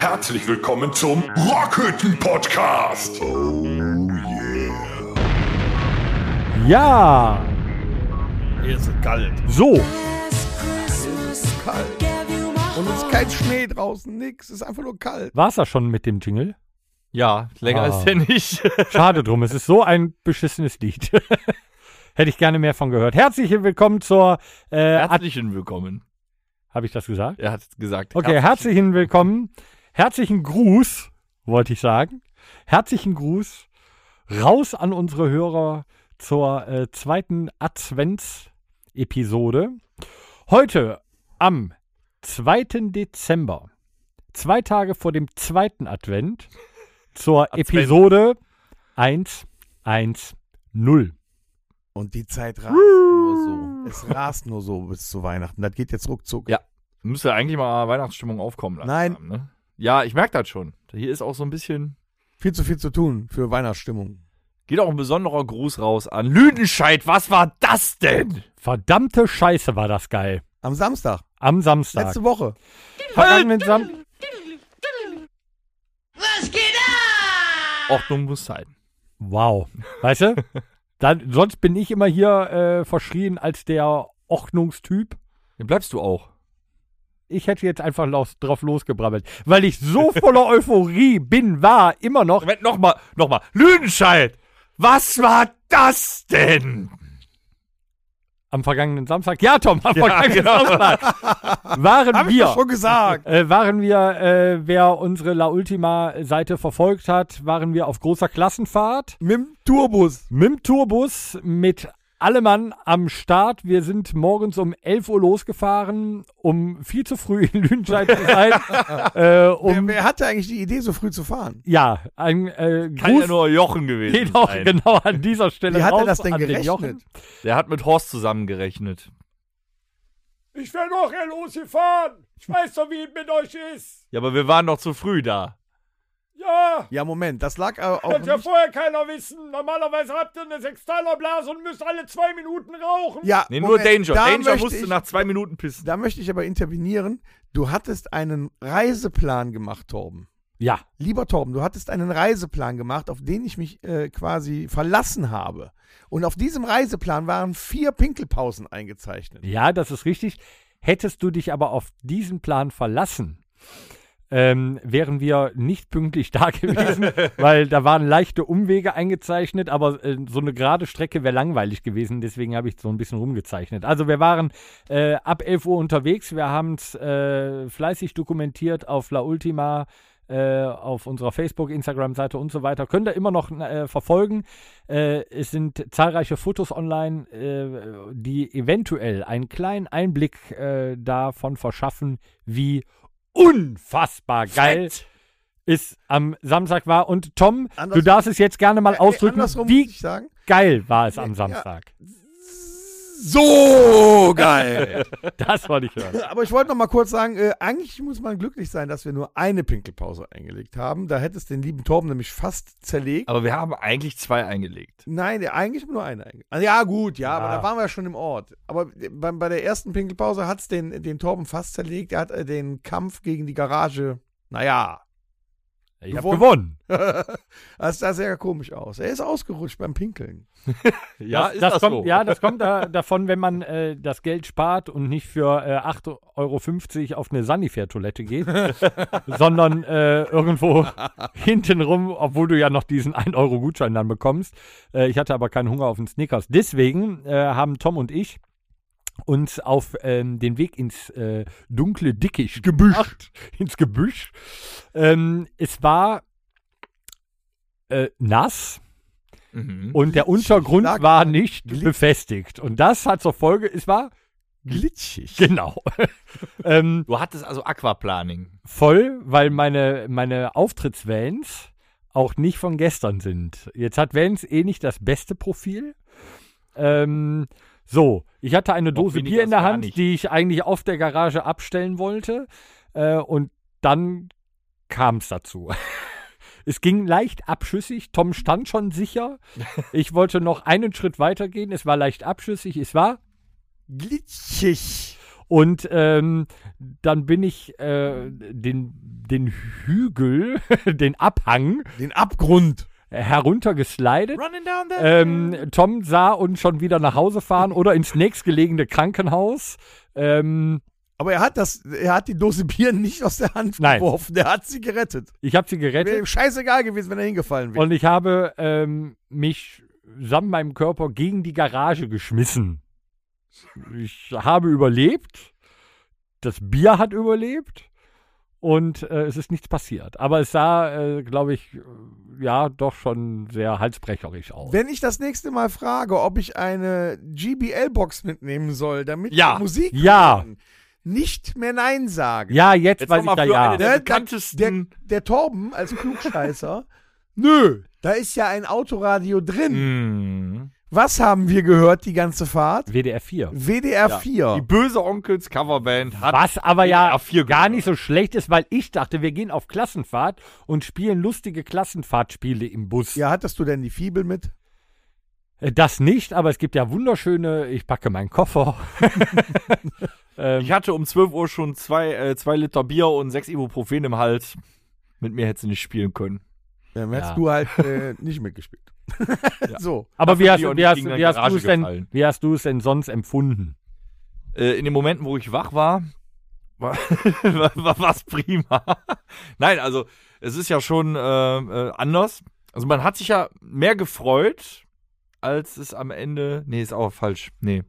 Herzlich willkommen zum Rockhütten Podcast. Oh yeah. Ja, Hier ist es kalt. so. Kalt. Und es ist kein Schnee draußen, nix. Es ist einfach nur kalt. War es das schon mit dem Jingle? Ja, länger Ah. ist der nicht. Schade drum, es ist so ein beschissenes Lied. Hätte ich gerne mehr von gehört. Herzlich willkommen zur. Äh, Herzlichen Willkommen. Habe ich das gesagt? Er hat gesagt. Okay, herzlichen Willkommen. Herzlichen Gruß, wollte ich sagen. Herzlichen Gruß raus an unsere Hörer zur äh, zweiten Advents-Episode. Heute am 2. Dezember, zwei Tage vor dem zweiten Advent, zur Advent. Episode 110. Und die Zeit rast nur so. Es rast nur so bis zu Weihnachten. Das geht jetzt ruckzuck. Ja. Müsste eigentlich mal Weihnachtsstimmung aufkommen lassen. Nein. haben, Ne? Ja, ich merke das schon. Hier ist auch so ein bisschen. Viel zu viel zu tun für Weihnachtsstimmung. Geht auch ein besonderer Gruß raus an Lüdenscheid. Was war das denn? Verdammte Scheiße war das geil. Am Samstag, Am Samstag. letzte Woche. Vergangenen Sam Ordnung muss sein. Wow. Weißt du? Dann, sonst bin ich immer hier äh, verschrien als der Ordnungstyp. Hier bleibst du auch. Ich hätte jetzt einfach los, drauf losgebrabbelt, weil ich so voller Euphorie bin, war immer noch. Moment, nochmal, nochmal. Lüdenscheid! Was war das denn? Am vergangenen Samstag, ja Tom, am vergangenen genau. Samstag waren Hab ich wir, doch schon gesagt. äh, waren wir, äh, wer unsere La Ultima-Seite verfolgt hat, waren wir auf großer Klassenfahrt. Mit dem Tourbus. Mit dem Tourbus, mit Allemann am Start. Wir sind morgens um 11 Uhr losgefahren, um viel zu früh in Lüdenscheid zu sein. äh, um, wer, wer hatte eigentlich die Idee, so früh zu fahren? ja, ein äh, Kann ja Gruß nur Jochen gewesen genau, sein. genau an dieser Stelle Wie hat er raus das denn an den gerechnet? Jochen. Der hat mit Horst zusammengerechnet. Ich werde doch losgefahren. Ich weiß doch, wie es mit euch ist. Ja, aber wir waren doch zu früh da. Ja, Ja, Moment, das lag äh, auch nicht. vorher keiner wissen. Normalerweise habt ihr eine Sextalerblase und müsst alle zwei Minuten rauchen. Ja, Nee, nur Moment, Danger. da Danger möchte musste ich, nach zwei Minuten pissen. Da möchte ich aber intervenieren. Du hattest einen Reiseplan gemacht, Torben. Ja, Lieber Torben, du hattest einen Reiseplan gemacht, auf den ich mich äh, quasi verlassen habe. Und auf diesem Reiseplan waren vier Pinkelpausen eingezeichnet. Ja, das ist richtig. Hättest du dich aber auf diesen Plan verlassen, ähm, wären wir nicht pünktlich da gewesen, weil da waren leichte Umwege eingezeichnet, aber äh, so eine gerade Strecke wäre langweilig gewesen, deswegen habe ich so ein bisschen rumgezeichnet. Also wir waren äh, ab 11 Uhr unterwegs, wir haben es äh, fleißig dokumentiert auf La Ultima, äh, auf unserer Facebook, Instagram-Seite und so weiter. Könnt ihr immer noch äh, verfolgen. Äh, es sind zahlreiche Fotos online, äh, die eventuell einen kleinen Einblick äh, davon verschaffen, wie unfassbar geil es am Samstag war. Und Tom, Andersrum- du darfst es jetzt gerne mal Ja, nee, ausdrücken, andersrum muss wie ich sagen. geil war es am Ja. Samstag. So geil! Das wollte ich hören. aber ich wollte noch mal kurz sagen, äh, eigentlich muss man glücklich sein, dass wir nur eine Pinkelpause eingelegt haben. Da hättest den lieben Torben nämlich fast zerlegt. Aber wir haben eigentlich zwei eingelegt. Nein, ja, eigentlich nur eine. einge- Also, ja, gut, ja, aber da waren wir ja schon im Ort. Aber bei, bei der ersten Pinkelpause hat es den, den Torben fast zerlegt. Er hat äh, den Kampf gegen die Garage, naja, Ich habe Gewonnen. gewonnen. das sah sehr komisch aus. Er ist ausgerutscht beim Pinkeln. Ja, das, das kommt, Ja, das kommt da, davon, wenn man äh, das Geld spart und nicht für äh, 8,50 Euro auf eine Sanifair-Toilette geht, sondern äh, irgendwo hintenrum, obwohl du ja noch diesen 1-Euro-Gutschein dann bekommst. Äh, ich hatte aber keinen Hunger auf den Snickers. Deswegen äh, haben Tom und ich uns auf ähm, den Weg ins äh, dunkle Dickicht Gebüsch. gemacht. Ins Gebüsch. Ähm, es war äh, nass. Mhm. Und der Untergrund lag- war nicht glitschig. befestigt. Und das hat zur Folge, es war, Glitschig. genau, ähm, Du hattest also Aquaplaning. voll, weil meine, meine Auftrittsvans auch nicht von gestern sind. Jetzt hat Vans eh nicht das beste Profil. Ähm, so, ich hatte eine Noch Dose weniger Bier in der als gar Hand, nicht. die ich eigentlich auf der Garage abstellen wollte. Äh, und dann kam es dazu. Es ging leicht abschüssig. Tom stand schon sicher. Ich wollte noch einen Schritt weitergehen. Es war leicht abschüssig. Es war Glitschig. Und ähm, dann bin ich äh, den, den Hügel, den Abhang Den Abgrund. heruntergeslidet. Running down the Ähm, Tom sah uns schon wieder nach Hause fahren oder ins nächstgelegene Krankenhaus. Ähm, Aber er hat das, er hat die Dose Bier nicht aus der Hand Nein. geworfen. Der hat sie gerettet. ich habe sie Wäre gerettet. ihm scheißegal gewesen, wenn er hingefallen wäre. Und ich habe ähm, mich samt meinem Körper gegen die Garage geschmissen. Ich habe überlebt. Das Bier hat überlebt. Und äh, es ist nichts passiert. Aber es sah, äh, glaube ich, äh, ja, doch schon sehr halsbrecherisch aus. Wenn ich das nächste Mal frage, ob ich eine GBL-Box mitnehmen soll, damit Ja. die Musik Ja. hören, nicht mehr Nein sagen. ja, jetzt, Jetzt weiß ich nochmal ja, für ja. eine der Ne, Der, bekanntesten. der Torben als Klugscheißer. Nö, da ist ja ein Autoradio drin. Mhm. Mm. Was haben wir gehört die ganze Fahrt? WDR 4. WDR Ja. 4. Die böse Onkels Coverband hat Was aber ja WDR 4 gar gehört. nicht so schlecht ist, weil ich dachte, wir gehen auf Klassenfahrt und spielen lustige Klassenfahrtspiele im Bus. Ja, hattest du denn die Fibel mit? Äh, Das nicht, aber es gibt ja wunderschöne, ich packe meinen Koffer. ähm, Ich hatte um 12 Uhr schon zwei, äh, zwei Liter Bier und sechs Ibuprofen im Hals. Mit mir hätte sie nicht spielen können. Dann Ja. hättest du halt äh, nicht mitgespielt. So. aber wie hast, bin ich auch wie, nicht hast, gegen wie, eine hast du Garage es denn, gefallen. wie hast du es denn sonst empfunden? Äh, in den Momenten, wo ich wach war, war es prima. Nein, also es ist ja schon äh, äh, anders. Also man hat sich ja mehr gefreut, als es am Ende. Nee, ist auch falsch. Nee.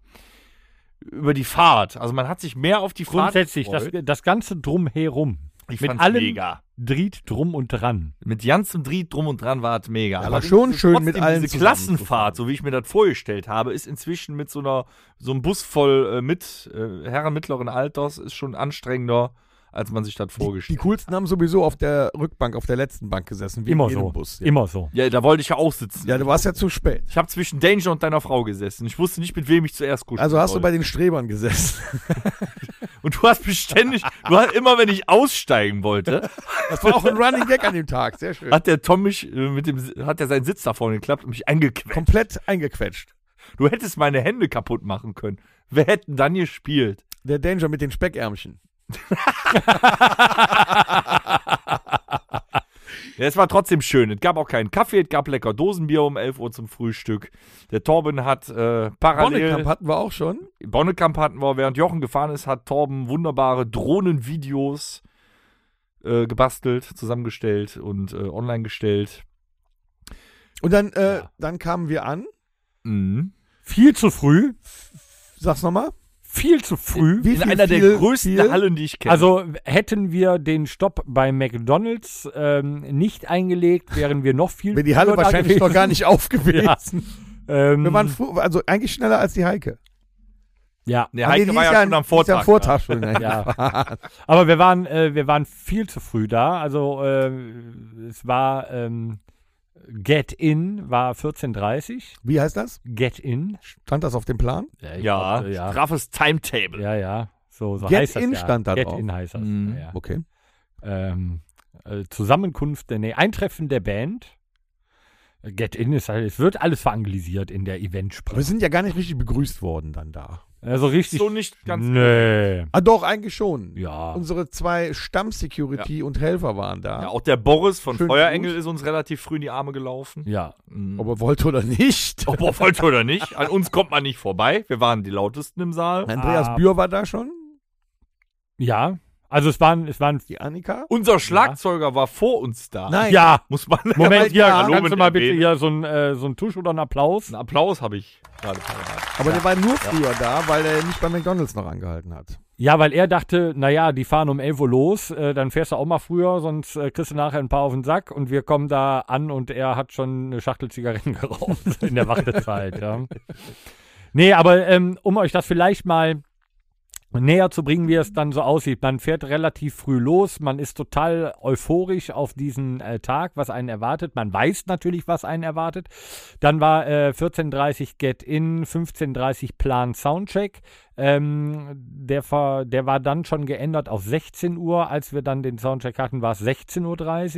Über die Fahrt. Also man hat sich mehr auf die Fahrt Grundsätzlich, das, gefreut. das Ganze drumherum. Ich mit fand's allem- mega. Dritt drum und dran. Mit ganzem Dried drum und dran war es mega. war Allerdings schon ist es schön, trotzdem mit allen Diese zusammenzufahren. Klassenfahrt, so wie ich mir das vorgestellt habe, ist inzwischen mit so einer so einem Bus voll äh, mit äh, Herren mittleren Alters ist schon anstrengender, als man sich das Die vorgestellt. coolsten haben sowieso auf der Rückbank, auf der letzten Bank gesessen, wie Immer in jedem so. Bus. Ja. Immer so. ja, da wollte ich ja auch sitzen. ja, du warst ja zu spät. Ich habe zwischen Danger und deiner Frau gesessen. Ich wusste nicht, mit wem ich zuerst kuscheln Also hast du soll. bei den Strebern gesessen. und du hast beständig, du hast immer, wenn ich aussteigen wollte, Das war auch ein Running Gag an dem Tag. Sehr schön. hat der Tom mich äh, mit dem, hat er seinen Sitz da vorne geklappt und mich angequetscht. Komplett eingequetscht. Du hättest meine Hände kaputt machen können. Wir hätten dann gespielt. Der Danger mit den Speckärmchen. Ja, es war trotzdem schön. Es gab auch keinen Kaffee, es gab lecker Dosenbier um 11 Uhr zum Frühstück. Der Torben hat äh, Bonnekamp parallel. hatten wir auch schon. Bonnekamp hatten wir, während Jochen gefahren ist, hat Torben wunderbare Drohnenvideos äh, gebastelt, zusammengestellt und äh, online gestellt. Und dann, äh, Ja. dann kamen wir an. Mhm. Viel zu früh. Sag's nochmal. Viel zu früh. Wie In viel, einer viel, der größten viel? Hallen, die ich kenne. Also hätten wir den Stopp bei McDonalds ähm, nicht eingelegt, wären wir noch viel Wäre die Halle früher da wahrscheinlich noch gewesen. gar nicht auf gewesen. Ähm, Wir Mhm. waren froh, also eigentlich schneller als die Heike. ja. der Ah, nee, Heike die war ist ja, schon die am ist Vortag. ne? Ja ne? am Vortag schon. Ja. Aber wir waren, äh, wir waren viel zu früh da. Also äh, es war ähm, Get In war 14.30 Wie heißt das? Get In. Stand das auf dem Plan? Ja, Ja, ja. straffes Timetable. ja, ja. So, so äh, Get heißt das In ja. stand da Get drauf. In heißt das. Mhm. Ja, ja. Okay. Ähm, äh, Zusammenkunft, der- nee, Eintreffen der Band. Get In ist halt, es wird alles veranglisiert in der Aber wir Eventsprache. sind ja gar nicht richtig begrüßt worden dann da. Also richtig. So nicht ganz. nee. Ah, doch, eigentlich schon. Ja. Unsere zwei Stammsecurity und Helfer waren da. Ja, auch der Boris von Schön Feuerengel gut. ist uns relativ früh in die Arme gelaufen. Ja. Mhm. Ob er wollte oder nicht. Ob er wollte oder nicht. An uns kommt man nicht vorbei. Wir waren die lautesten im Saal. Andreas Ah. Bühr war da schon. Ja. Also es waren, es waren. Die Annika. Unser Schlagzeuger war vor uns da. Nein. Ja. Muss man Moment, hier, Ja, kannst du lobend mal bitte erwähnen. hier so einen äh, so einen Tusch oder einen Applaus? Einen Applaus habe ich gerade parat. Aber der war nur früher da, weil er nicht bei McDonalds noch angehalten hat. Ja, weil er dachte, naja, die fahren um 11 Uhr los, äh, dann fährst du auch mal früher, sonst äh, kriegst du nachher ein paar auf den Sack und wir kommen da an und er hat schon eine Schachtel Zigaretten geraucht in der Wartezeit. ja. Nee, aber ähm, um euch das vielleicht mal näher zu bringen, wie es dann so aussieht. Man fährt relativ früh los, man ist total euphorisch auf diesen äh, Tag, was einen erwartet. Man weiß natürlich, was einen erwartet. Dann war äh, 14.30 Get In, 15.30 Plan Soundcheck. Ähm, der, ver- der war dann schon geändert auf 16 Uhr. Als wir dann den Soundcheck hatten, war es 16.30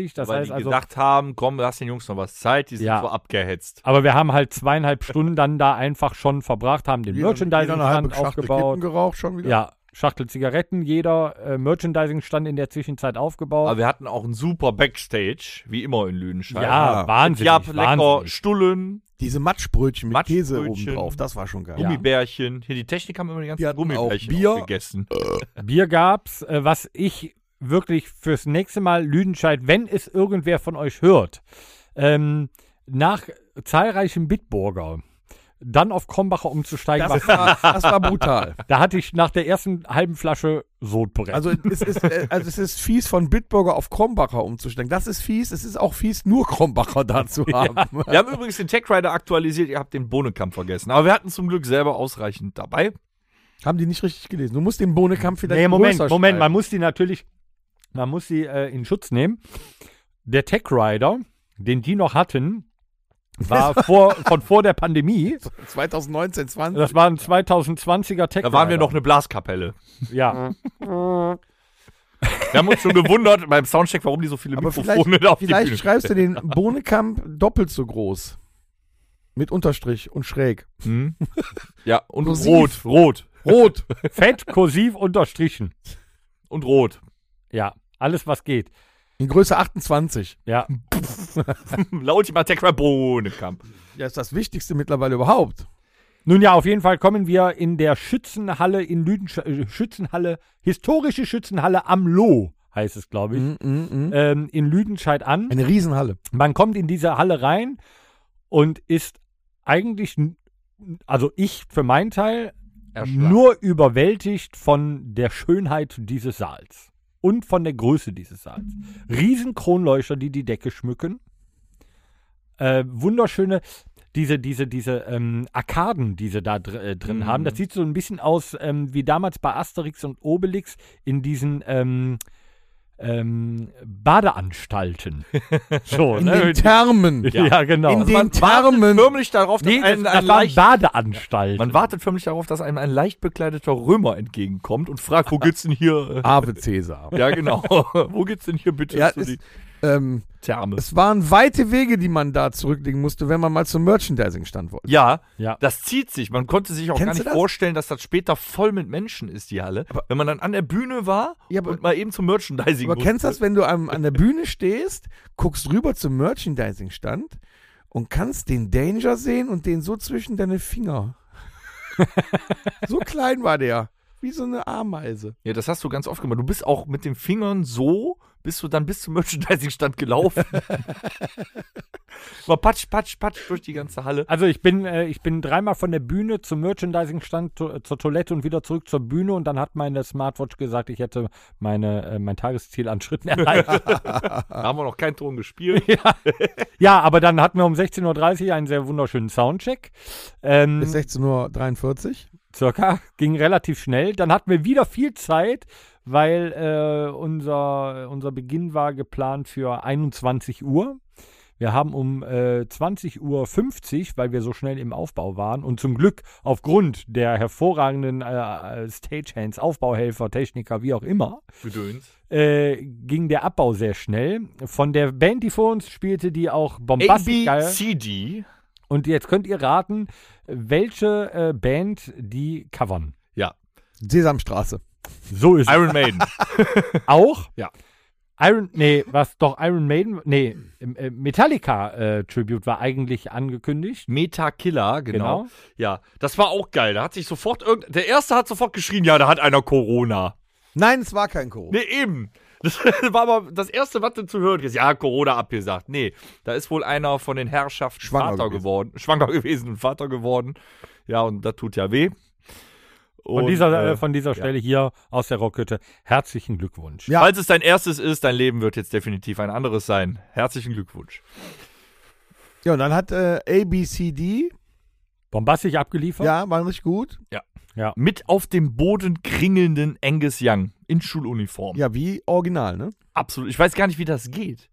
Uhr. Das Weil heißt die also, gedacht haben, komm, lass den Jungs noch was Zeit. Die sind Ja. so abgehetzt. aber wir haben halt zweieinhalb Stunden dann da einfach schon verbracht, haben den Jeder- jeder eine halbe Merchandise-Stand Schachtel aufgebaut. Kippen geraucht schon wieder. Ja, Schachtel Zigaretten, jeder äh, Merchandising-Stand in der Zwischenzeit aufgebaut. Aber wir hatten auch einen super Backstage, wie immer in Lüdenscheid. ja, Es wahnsinnig. gab lecker wahnsinnig. Stullen, Diese Matschbrötchen mit Matschbrötchen. Käse oben drauf, das war schon geil. Gummibärchen. Hier, die Technik haben immer die ganzen Die hatten Gummibärchen auch Bier. gegessen. Bier gab's, äh, was ich wirklich fürs nächste Mal Lüdenscheid, wenn es irgendwer von euch hört, ähm, nach zahlreichem Bitburger dann auf Krombacher umzusteigen, Das war, war, das war brutal. da hatte ich nach der ersten halben Flasche Sodbrennen. Also es, ist, äh, also es ist fies, von Bitburger auf Krombacher umzusteigen. Das ist fies. Es ist auch fies, nur Krombacher da zu haben. Wir haben übrigens den Tech Rider aktualisiert, ihr habt den Bohnenkampf vergessen. Aber wir hatten zum Glück selber ausreichend dabei. Haben die nicht richtig gelesen. Du musst den Bohnenkampf wieder nee, Moment, größer Moment, man schreiben. muss die natürlich, man muss sie äh, in Schutz nehmen. Der Tech Rider, den die noch hatten, war vor, von vor der Pandemie. 2019, 20. Das war ein 2020er Tech Da waren wir Rider. noch eine Blaskapelle. Ja, Mhm. Wir haben uns schon gewundert beim Soundcheck, warum die so viele Aber Mikrofone vielleicht, da auf die Bühne vielleicht schreibst du den Bohnenkampf doppelt so groß. Mit Unterstrich und schräg. Hm? Ja, und Kursiv. rot, rot Rot. fett, kursiv, unterstrichen. und rot. Ja, alles was geht. In Größe 28. Ja, Laut immer Tech Rider Bohnenkampf. Ja, ist das Wichtigste mittlerweile überhaupt. nun ja, auf jeden Fall kommen wir in der Schützenhalle in Lüdenscheid, äh, Schützenhalle, historische Schützenhalle am Loh, heißt es, glaube ich, Mhm. ähm, in Lüdenscheid an. Eine Riesenhalle. Man kommt in diese Halle rein und ist eigentlich, n- also ich für meinen Teil, nur überwältigt von der Schönheit dieses Saals und von der Größe dieses Saals. Riesenkronleuchter, die die Decke schmücken. Äh, wunderschöne, diese, diese, diese ähm, Arkaden, die sie da dr äh, drin haben. Mhm. Das sieht so ein bisschen aus ähm, wie damals bei Asterix und Obelix in diesen ähm, ähm, Badeanstalten. so, In ne? den Thermen. ja. genau. In den wartet Thermen. förmlich darauf, dass nee, das, ein, das ein waren leicht, Badeanstalten. man wartet förmlich darauf, dass einem ein leicht bekleideter Römer entgegenkommt und fragt, wo geht's denn hier? Ave Cäsar. äh, Ja, genau. wo geht's denn hier bitte Ja, zu es- die Ähm, Therme? es waren weite Wege, die man da zurücklegen musste, wenn man mal zum Merchandising-Stand wollte. Ja, Ja. das zieht sich. Man konnte sich auch Kennst gar du nicht das? vorstellen, dass das später voll mit Menschen ist, die Halle. wenn man dann an der Bühne war Ja, aber- und mal eben zum Merchandising Aber musste. kennst du das, wenn du am, an der Bühne stehst, guckst rüber zum Merchandising-Stand und kannst den Danger sehen und den so zwischen deine Finger? so klein war der. Wie so eine Ameise. Ja, das hast du ganz oft gemacht. Du bist auch mit den Fingern so, bist du dann bis zum Merchandising-Stand gelaufen. War patsch, patsch, patsch durch die ganze Halle. Also ich bin, äh, ich bin dreimal von der Bühne zum Merchandising-Stand to zur Toilette und wieder zurück zur Bühne und dann hat meine Smartwatch gesagt, ich hätte meine, äh, mein Tagesziel an Schritten erreicht. Da haben wir noch keinen Ton gespielt. ja, aber dann hatten wir um 16.30 Uhr einen sehr wunderschönen Soundcheck. Ähm, Bis 16.43 Uhr. circa, ging relativ schnell. Dann hatten wir wieder viel Zeit, weil äh, unser, unser Beginn war geplant für 21 Uhr. Wir haben um äh, 20.50 Uhr, weil wir so schnell im Aufbau waren und zum Glück aufgrund der hervorragenden äh, äh, Stagehands, Aufbauhelfer, Techniker, wie auch immer, Gedöns. äh, ging der Abbau sehr schnell. Von der Band, die vor uns spielte, die auch bombastisch geil. ABCD. Und jetzt könnt ihr raten, welche äh, Band die covern. Ja. Sesamstraße. So ist Iron Maiden. Auch? Ja. Iron, nee, was doch Iron Maiden, nee, äh, Metallica äh, Tribute war eigentlich angekündigt. Meta Killer, genau. Ja, das war auch geil. Da hat sich sofort irgend der erste hat sofort geschrien, ja, da hat einer Corona. Nein, es war kein Corona. Nee, eben. Das war aber das erste, was du zu hören ist. Ja, Corona abgesagt. Nee, da ist wohl einer von den Herrschaften Schwanger Vater gewesen. geworden, schwanger gewesen und Vater geworden. Ja, und das tut ja weh. Von Und, dieser, äh, äh, von dieser Stelle hier aus der Rockhütte, herzlichen Glückwunsch. Ja. Falls es dein erstes ist, dein Leben wird jetzt definitiv ein anderes sein. Herzlichen Glückwunsch. Ja, und dann hat äh, ABCD, Bombastisch abgeliefert. ja, waren richtig gut. Mit auf dem Boden kringelnden Angus Young in Schuluniform. Ja, wie original, ne? Absolut. Ich weiß gar nicht, wie das geht.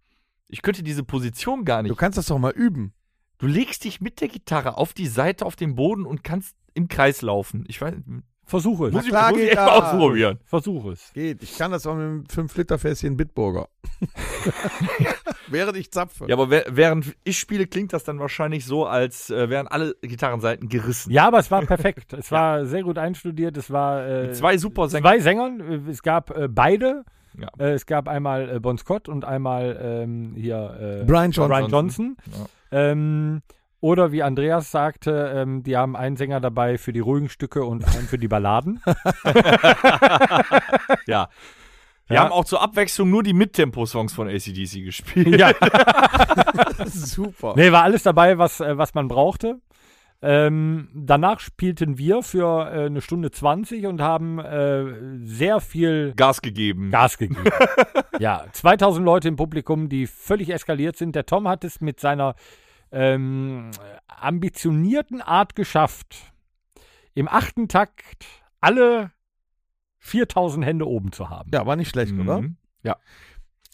Ich könnte diese Position gar nicht. Du kannst das doch mal üben. Du legst dich mit der Gitarre auf die Seite auf den Boden und kannst im Kreis laufen. Ich weiß, Versuche muss es. ich, klar muss ich geht echt mal das. ausprobieren. Versuche es. Geht. Ich kann das auch mit einem 5-Liter-Fässchen Bitburger. während ich zapfe. Ja, aber wär- während ich spiele, klingt das dann wahrscheinlich so, als äh, wären alle Gitarrenseiten gerissen. Ja, aber es war perfekt. Es war sehr gut einstudiert. Es war äh, Zwei Supersänger. zwei Sängern. Äh, Es gab äh, beide. Ja. Äh, es gab einmal äh, Bon Scott und einmal ähm, hier äh, Brian Johnson. Brian Johnson. Ähm, oder wie Andreas sagte, ähm, die haben einen Sänger dabei für die ruhigen Stücke und einen für die Balladen. Ja. Wir Ja. haben auch zur Abwechslung nur die Mittempo-Songs von ACDC gespielt. ja, Super. nee, war alles dabei, was, äh, was man brauchte. Ähm, danach spielten wir für äh, eine Stunde 20 und haben äh, sehr viel Gas gegeben. Gas gegeben. ja, 2000 Leute im Publikum, die völlig eskaliert sind. Der Tom hat es mit seiner ähm, ambitionierten Art geschafft, im achten Takt alle 4000 Hände oben zu haben. Ja, war nicht schlecht, oder? Mhm.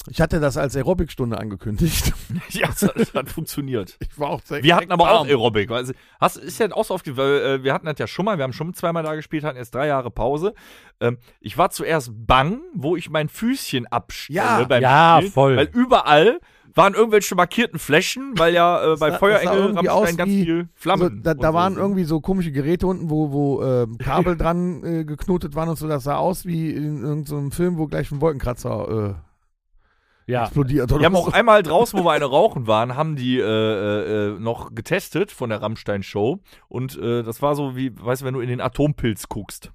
Ich hatte das als Aerobic-Stunde angekündigt. Ja, das hat, das hat funktioniert. Ich war auch sehr Wir hatten aber auch warm. Aerobic. Also, hast, ist ja auch so oft, ge- weil, äh, wir hatten das ja schon mal, wir haben schon zweimal da gespielt, hatten jetzt drei Jahre Pause. Ähm, ich war zuerst bang, wo ich mein Füßchen abstelle Ja, beim ja, Spielen, voll. weil überall waren irgendwelche markierten Flächen, weil ja äh, bei sah- das sah Feuerengel irgendwie aus Rammstein ganz wie- viel Flammen. Also, da und da so waren sind. irgendwie so komische Geräte unten, wo, wo ähm, Kabel dran äh, geknotet waren und so. Das sah aus wie in irgendeinem Film, wo gleich ein Wolkenkratzer äh, Ja. explodiert. oder Wir haben so. auch einmal draußen, wo wir eine rauchen waren, haben die äh, äh, äh, noch getestet von der Rammstein-Show. Und äh, das war so wie, weißt du, wenn du in den Atompilz guckst.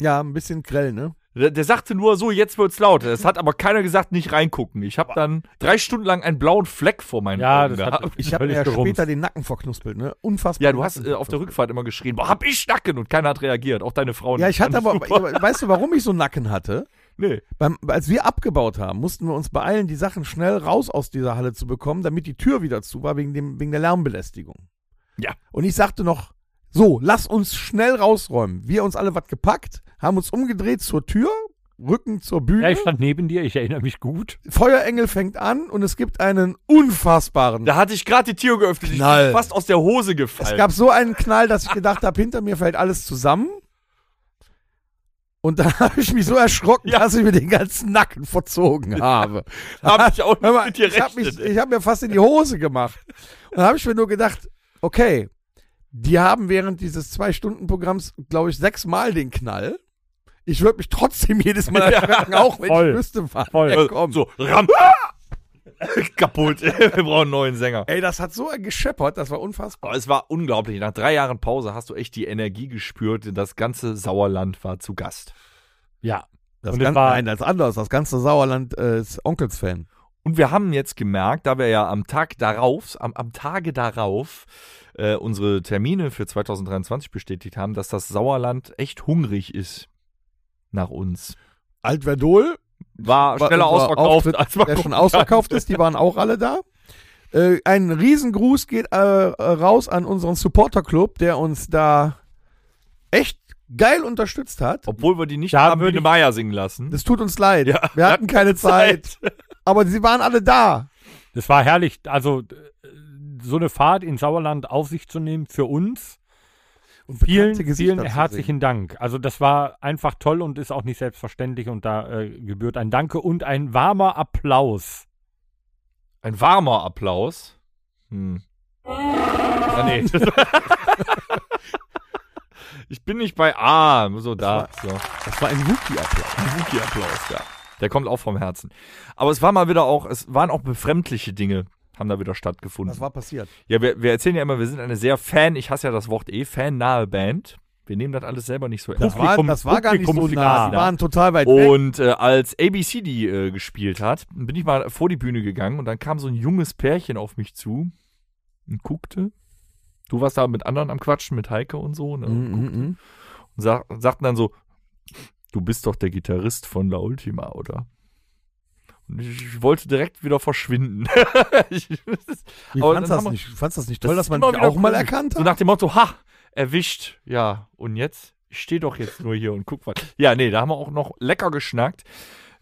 ja, ein bisschen grell, ne? Der, der sagte nur so, jetzt wird's laut. Es hat aber keiner gesagt, nicht reingucken. Ich habe dann drei Stunden lang einen blauen Fleck vor meinen Ja, Augen das hat- gehabt. Ich habe mir Völlig ja gerumst. später den Nacken verknuspelt, ne? Unfassbar. Ja, du hast äh, auf der Rückfahrt immer geschrien, boah, hab ich Nacken? Und keiner hat reagiert, auch deine Frau Ja, nicht. ich hatte Fand aber, super. aber- weißt du, warum ich so einen Nacken hatte? Nee. Beim, als wir abgebaut haben, mussten wir uns beeilen, die Sachen schnell raus aus dieser Halle zu bekommen, damit die Tür wieder zu war, wegen, dem, wegen der Lärmbelästigung. Ja. Und ich sagte noch, so, lass uns schnell rausräumen. Wir uns alle was gepackt, haben uns umgedreht zur Tür, Rücken zur ja, Bühne. ich stand neben dir, ich erinnere mich gut. Feuerengel fängt an und es gibt einen unfassbaren. Da hatte ich gerade die Tür geöffnet. Ich Knall. bin fast aus der Hose gefallen. es gab so einen Knall, dass ich gedacht habe, hinter mir fällt alles zusammen. Und da habe ich mich so erschrocken, dass ich mir den ganzen Nacken verzogen habe. hab ich auch Hör nicht mal, mit dir ich habe rechnet, ey. hab mir fast in die Hose gemacht. Und da habe ich mir nur gedacht, okay, die haben während dieses Zwei-Stunden-Programms, glaube ich, sechsmal den Knall. Ich würde mich trotzdem jedes Mal erschrecken, auch wenn Voll. ich wüsste, wann Voll. der kommt. Äh, So, Ram. Kaputt. Wir brauchen einen neuen Sänger. Ey, das hat so gescheppert, das war unfassbar. Aber es war unglaublich. Nach drei Jahren Pause hast du echt die Energie gespürt. Das ganze Sauerland war zu Gast. Ja. Das Und es war- nein, das ist anders. Das ganze Sauerland äh, ist Onkels-Fan. Und wir haben jetzt gemerkt, da wir ja am Tag darauf, am, am Tage darauf äh, unsere Termine für 2023 bestätigt haben, dass das Sauerland echt hungrig ist nach uns. Altverdol, War War schneller unser ausverkauft, Auftritt, als wir der schon gucken. ausverkauft ist, die waren auch alle da. Äh, ein Riesengruß geht äh, raus an unseren Supporterclub, der uns da echt geil unterstützt hat. Obwohl wir die nicht Da haben würde Biene ich- Meier singen lassen. Das tut uns leid. Ja, wir hatten keine Zeit. Aber sie waren alle da. Das war herrlich. Also, äh, so eine Fahrt ins Sauerland auf sich zu nehmen für uns. Und Vielen, bekannte Gesichter vielen zu herzlichen Dank. Also, das war einfach toll und ist auch nicht selbstverständlich. Und da äh, gebührt ein Danke und ein warmer Applaus. Ein warmer Applaus. Hm. Ah, nee. ich bin nicht bei A, so da. So. singen. Das war ein Wookie-Applaus. Spooky Applaus, ja. Der kommt auch vom Herzen. Aber es war mal wieder auch, es waren auch befremdliche Dinge, haben da wieder stattgefunden. Was war passiert? Ja, wir, wir erzählen ja immer, wir sind eine sehr Fan, ich hasse ja das Wort eh, fannahe Band. Wir nehmen das alles selber nicht so ernst. Das war, das war gar nicht so Publikum nah. nah. Sie waren total weit weg. Und äh, als ABC die äh, gespielt hat, bin ich mal vor die Bühne gegangen und dann kam so ein junges Pärchen auf mich zu und guckte. Du warst da mit anderen am Quatschen, mit Heike und so, ne? Mhm, mhm, mhm. Und sag, sagten dann so, du bist doch der Gitarrist von La Ultima, oder? Und ich wollte direkt wieder verschwinden. ich, Ich Aber fand's dann das, haben wir- nicht, fand's das nicht Das toll, ist dass man immer die wieder auch mal cool. erkannt so hat. nach dem Motto, ha, erwischt. Ja, und jetzt? Ich stehe doch jetzt nur hier und guck was. Ja, nee, da haben wir auch noch lecker geschnackt.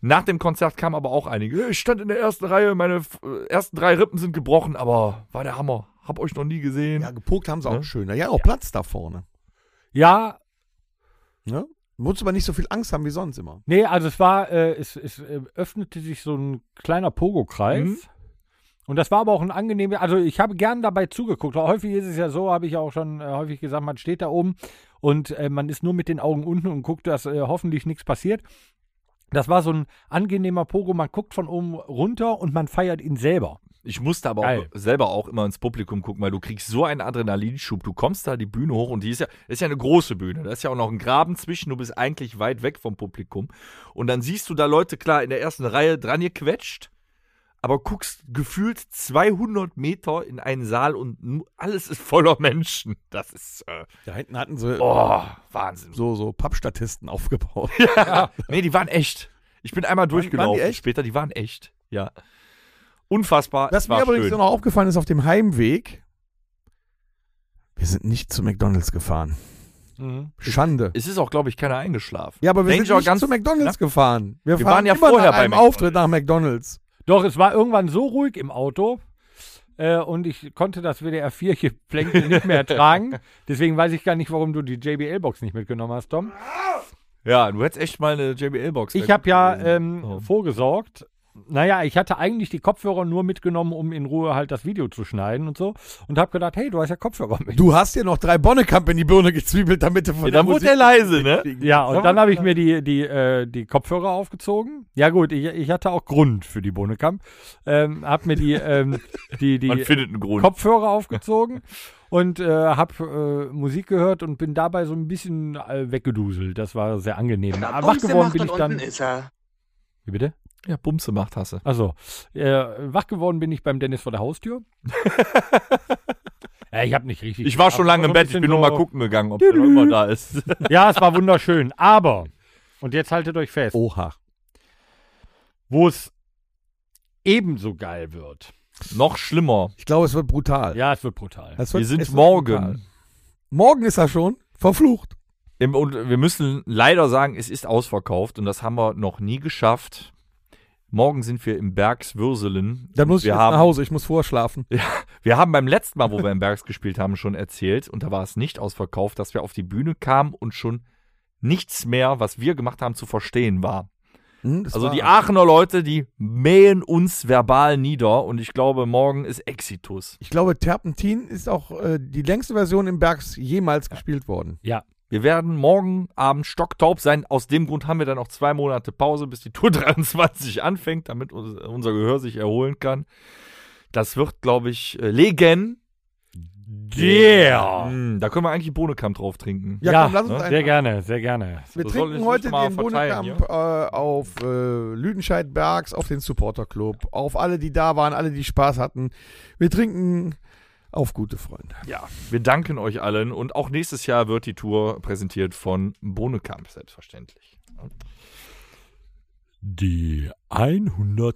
Nach dem Konzert kamen aber auch einige. Ich stand in der ersten Reihe, meine äh, ersten drei Rippen sind gebrochen, aber war der Hammer. Hab euch noch nie gesehen. Ja, gepokt haben sie auch Ne? schön. Ja, auch Platz da vorne. Ja, Ne? Muss aber nicht so viel Angst haben wie sonst immer. nee, also es war, äh, es, es äh, öffnete sich so ein kleiner Pogo-Kreis. Mhm. Und das war aber auch ein angenehmer, also ich habe gern dabei zugeguckt. Weil häufig ist es ja so, habe ich auch schon äh, häufig gesagt, man steht da oben und äh, man ist nur mit den Augen unten und guckt, dass äh, hoffentlich nichts passiert. Das war so ein angenehmer Pogo, man guckt von oben runter und man feiert ihn selber. Ich musste aber auch Geil. selber auch immer ins Publikum gucken, weil du kriegst so einen Adrenalinschub. Du kommst da die Bühne hoch und die ist ja, das ist ja eine große Bühne. Da ist ja auch noch ein Graben zwischen. Du bist eigentlich weit weg vom Publikum. Und dann siehst du da Leute klar in der ersten Reihe dran gequetscht, aber guckst gefühlt 200 Meter in einen Saal und nu- alles ist voller Menschen. Das ist, äh, Da hinten hatten sie oh, Wahnsinn. so, so Pappstatisten aufgebaut. Nee, die waren echt. Ich bin einmal durchgelaufen echt? später, die waren echt. Ja. Unfassbar. Was es mir war aber schön. noch aufgefallen ist auf dem Heimweg, wir sind nicht zu McDonalds gefahren. Mhm. Schande. es ist auch, glaube ich, keiner eingeschlafen. Ja, aber wir Danger sind nicht ganz- zu McDonalds gefahren. Wir, fahren waren ja immer vorher nach bei einem McDonald's. Auftritt nach McDonalds. Doch, es war irgendwann so ruhig im Auto äh, und ich konnte das WDR 4 Geplänkel nicht mehr ertragen. Deswegen weiß ich gar nicht, warum du die JBL-Box nicht mitgenommen hast, Tom. Ja, du hättest echt mal eine JBL-Box. Ich habe ja äh, ähm, Oh. vorgesorgt. Naja, ich hatte eigentlich die Kopfhörer nur mitgenommen, um in Ruhe halt das Video zu schneiden und so. Und habe gedacht, hey, du hast ja Kopfhörer mit. Du hast dir noch drei Bonnekamp in die Birne gezwiebelt, damit du von ja, dann wurde der leise, ne? Ja, und dann habe ich mir die, die, äh, die Kopfhörer aufgezogen. Ja gut, ich, ich hatte auch Grund für die Bohnekamp. Ähm, habe mir die, ähm, die, die Man findet einen Grund. Kopfhörer aufgezogen und äh, habe äh, Musik gehört und bin dabei so ein bisschen äh, weggeduselt. Das war sehr angenehm. Äh, Na, Wach Bumse geworden macht bin und ich dann. unten Ist er. Wie bitte? Ja, Bumse macht Hasse. Also, äh, wach geworden bin ich beim Dennis vor der Haustür. ja, ich habe nicht richtig. Ich war schon lange im Bett, ich bin nur mal gucken. gucken gegangen, ob der noch immer da ist. Ja, es war wunderschön. Aber, und jetzt haltet euch fest, Oha. wo es ebenso geil wird. noch schlimmer. Ich glaube, es wird brutal. Ja, es wird brutal. Es wird, Wir es sind wird brutal. morgen. Morgen ist er schon verflucht. Im, und wir müssen leider sagen, es ist ausverkauft und das haben wir noch nie geschafft. Morgen sind wir im Bergs Würselen. Dann muss ich wir jetzt haben, nach Hause, ich muss vorschlafen. Wir haben beim letzten Mal, wo wir im Bergs gespielt haben, schon erzählt, und da war es nicht ausverkauft, dass wir auf die Bühne kamen und schon nichts mehr, was wir gemacht haben, zu verstehen war. Hm, das Also war- die Aachener Leute, die mähen uns verbal nieder und ich glaube, morgen ist Exitus. ich glaube, Terpentin ist auch äh, die längste Version im Bergs jemals gespielt worden. Ja, Wir werden morgen Abend stocktaub sein. Aus dem Grund haben wir dann auch zwei Monate Pause, bis die Tour 23 anfängt, damit uns, unser Gehör sich erholen kann. Das wird, glaube ich, äh, legendär. Yeah. Mm, Da können wir eigentlich Bohnekamp drauf trinken. Ja, Ja, komm, lass uns ne? einen. sehr gerne, sehr gerne. Wir Das soll ich trinken nicht heute mal den verteilen, Bohnenkamp äh, auf äh, Lüdenscheid Bergs, auf den Supporter Club, auf alle, die da waren, alle, die Spaß hatten. Wir trinken auf gute Freunde. Ja, wir danken euch allen und auch nächstes Jahr wird die Tour präsentiert von Bohnekamp, selbstverständlich. Die 100.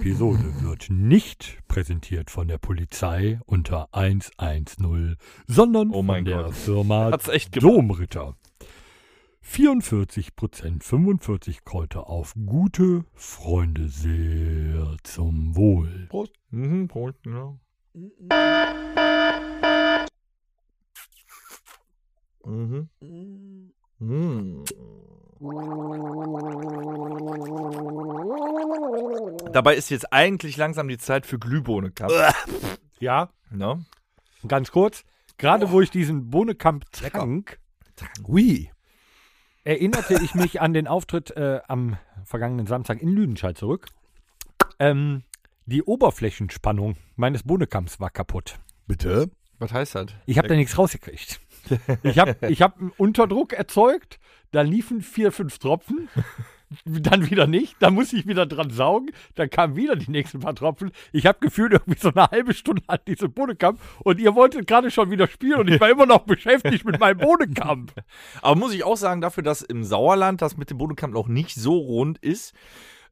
Episode wird nicht präsentiert von der Polizei unter 110, sondern Oh mein von der Gott. Firma Hat's echt gemacht. Domritter. 44% 45 Kräuter auf gute Freunde sehr zum Wohl. Mhm, Prost, ja. Mhm. Mhm. Dabei ist jetzt eigentlich langsam die Zeit für Glühbohnenkampf. Ja, ne? ganz kurz. Gerade wo ich diesen Bohnekamp trank, Oui. erinnerte ich mich an den Auftritt äh, am vergangenen Samstag in Lüdenscheid zurück. Ähm, die Oberflächenspannung meines Bohnekamps war kaputt. Bitte? Was heißt das? Ich habe da nichts rausgekriegt. Ich habe ich hab einen Unterdruck erzeugt, da liefen vier, fünf Tropfen, dann wieder nicht, dann musste ich wieder dran saugen, dann kamen wieder die nächsten paar Tropfen. Ich habe gefühlt irgendwie so eine halbe Stunde an diesem Bohnenkamp und ihr wolltet gerade schon wieder spielen und ich war immer noch beschäftigt mit meinem Bohnenkamp. Aber muss ich auch sagen, dafür, dass im Sauerland das mit dem Bohnenkampf noch nicht so rund ist,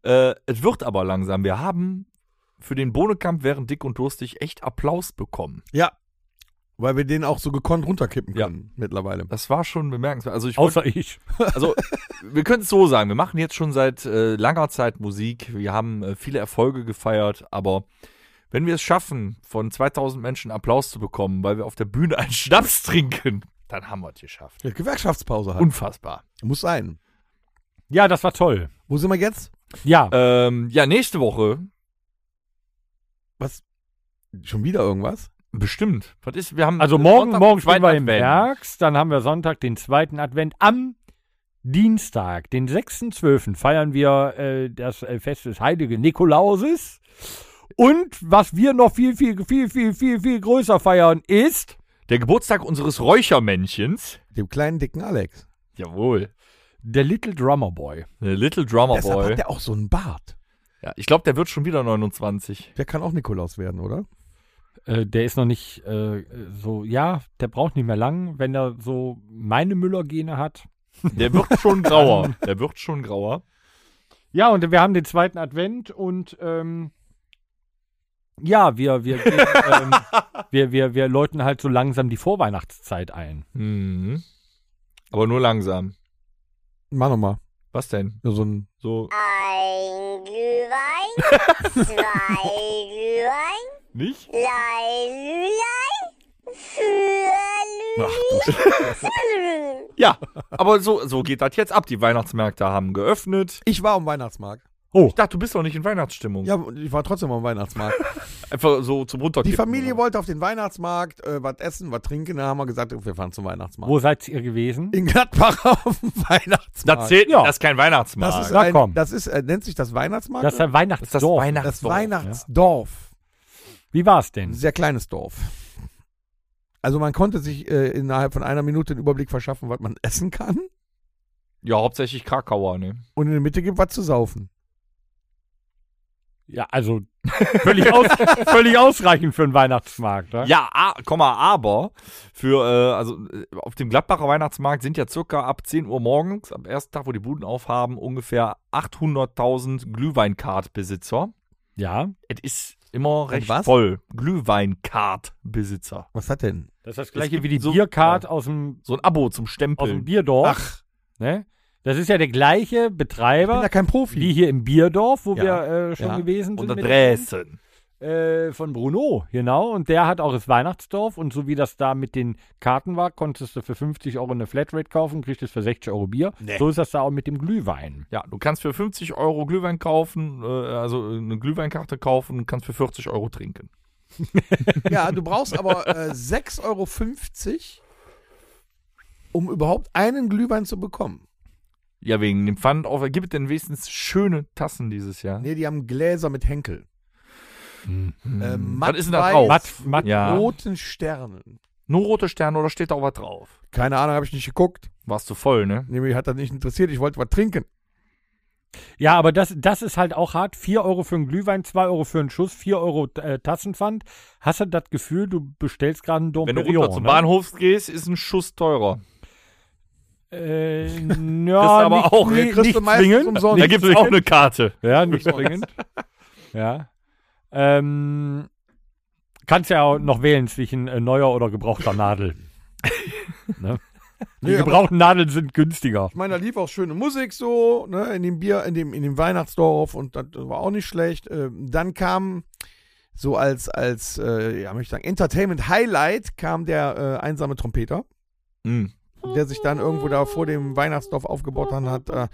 äh, es wird aber langsam. Wir haben für den Bohnenkampf während Dick und Durstig echt Applaus bekommen. Ja. Weil wir den auch so gekonnt runterkippen Ja. können mittlerweile. Das war schon bemerkenswert. Also ich wollte- Außer ich. Also, wir können es so sagen, wir machen jetzt schon seit äh, langer Zeit Musik, wir haben äh, viele Erfolge gefeiert, aber wenn wir es schaffen, von 2000 Menschen Applaus zu bekommen, weil wir auf der Bühne einen Schnaps trinken, dann haben wir es geschafft. Ja, Gewerkschaftspause hat. Unfassbar. Muss sein. Ja, das war toll. Wo sind wir jetzt? Ja, Ähm, ja, nächste Woche Was? Schon wieder irgendwas? Bestimmt. Was ist? Wir haben Also morgen, Sonntag, morgen spielen wir zweiten im Advent. Werks, dann haben wir Sonntag den zweiten Advent. Am Dienstag, den 6.12., feiern wir äh, das äh, Fest des heiligen Nikolauses. Und was wir noch viel, viel, viel, viel, viel, viel größer feiern ist, Der Geburtstag unseres Räuchermännchens. Dem kleinen dicken Alex. Jawohl. der Little Drummer Boy. Der Little Drummer Deshalb Oh, Boy. hat der auch so einen Bart. Ja, ich glaube, der wird schon wieder 29. Der kann auch Nikolaus werden, oder? Äh, der ist noch nicht äh, so, ja, der braucht nicht mehr lang, wenn er so meine Müller-Gene hat. Der wird schon grauer. Der wird schon grauer. Ja, und wir haben den zweiten Advent und ähm, ja, wir, wir, wir, ähm, wir, wir, wir läuten halt so langsam die Vorweihnachtszeit ein. Mhm. Aber nur langsam. Mach nochmal. Was denn? Nur so ein. So Ein Glühwein, zwei Glühwein, nicht? drei Glühwein, vier Glühwein. Ja, aber so, so geht das jetzt ab. Die Weihnachtsmärkte haben geöffnet. Ich war am Weihnachtsmarkt. Ich dachte, du bist doch nicht in Weihnachtsstimmung. Ja, und ich war trotzdem am Weihnachtsmarkt. Einfach so zum Runterkippen. Die genau. Familie wollte auf den Weihnachtsmarkt äh, was essen, was trinken. Da haben wir gesagt, wir fahren zum Weihnachtsmarkt. Wo seid ihr gewesen? Ah, In Gladbach auf dem Weihnachtsmarkt. Das zählt, Ja. das ist kein Weihnachtsmarkt. Das ist, Na ein, komm. das ist äh, nennt sich das Weihnachtsmarkt? Das ist ein Weihnachtsdorf. das Weihnachts- das Weihnachtsdorf. Wie war es Ein denn? sehr kleines Dorf. Also man konnte sich äh, innerhalb von einer Minute den Überblick verschaffen, was man essen kann. ja, hauptsächlich Krakauer, ne? Und in der Mitte gibt was zu saufen. Ja, also völlig, aus, völlig ausreichend für einen Weihnachtsmarkt. Ja? Ja, a, Komma, aber für, äh, also äh, auf dem Gladbacher Weihnachtsmarkt sind ja circa ab 10 Uhr morgens, am ersten Tag, wo die Buden aufhaben, ungefähr 800.000 Glühweinkart-Besitzer. ja. Es ist immer recht was? voll. Glühweinkart-Besitzer. Was hat denn? Das ist das gleiche gleiche wie wie die so- Biercard aus dem, So ein Abo zum aus dem Stempeln. Bierdorf. Ach. Ne? Das ist ja der gleiche Ich bin Betreiber ja kein Profi. wie hier im Bierdorf, wo Ja. wir äh, schon Ja. gewesen sind. Unter mit- Dresden. äh, von Bruno, genau. Und der hat auch das Weihnachtsdorf. Und so wie das da mit den Karten war, konntest du für 50 Euro eine Flatrate kaufen, kriegst es für 60 Euro Bier. So ist das da auch mit dem Glühwein. Ja, du kannst für 50 Euro Glühwein kaufen, äh, also eine Glühweinkarte kaufen und kannst für 40 Euro trinken. Ja, du brauchst aber äh, 6,50 Euro, um überhaupt einen Glühwein zu bekommen. Ja, wegen dem Pfand auf. Gibt es denn wenigstens schöne Tassen dieses Jahr? Nee, die haben Gläser mit Henkel. Äh, matt Mhm. Was ist denn da weiß drauf? Matt, mit Matt, Oh. Ja. roten Sternen. Nur rote Sterne oder steht da auch was drauf? Keine Ahnung, habe ich nicht geguckt. Warst du voll, ne? Nee, mich hat das nicht interessiert. Ich wollte was trinken. ja, aber das, das ist halt auch hart. 4 Euro für einen Glühwein, 2 Euro für einen Schuss, 4 Euro äh, Tassenpfand. Hast du das Gefühl, du bestellst gerade einen Dom Wenn du Pérignon, runter zum ne? Bahnhof gehst, ist ein Schuss teurer. Äh, ja, aber nicht, auch, nicht, kriegst du nicht meistens zwingend. umsonst. Da Nicht gibt es auch eine Karte. Ja, nicht zwingend. ja. Ähm, kannst ja auch noch wählen zwischen äh, neuer oder gebrauchter Nadel. ne? Die Nee, aber- gebrauchten Nadeln sind günstiger. Ich meine, da lief auch schöne Musik so, ne, in dem Bier, in dem, in dem Weihnachtsdorf und das war auch nicht schlecht. Ähm, dann kam so als, als, äh, ja, möchte ich sagen, Entertainment Highlight kam der äh, einsame Trompeter, Mhm. der sich dann irgendwo da vor dem Weihnachtsdorf aufgebaut hat. Äh,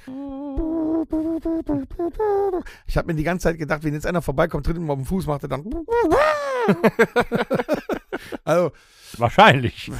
ich habe mir die ganze Zeit gedacht, wenn jetzt einer vorbeikommt, tritt ihm auf den Fuß, macht er dann. also, Wahrscheinlich.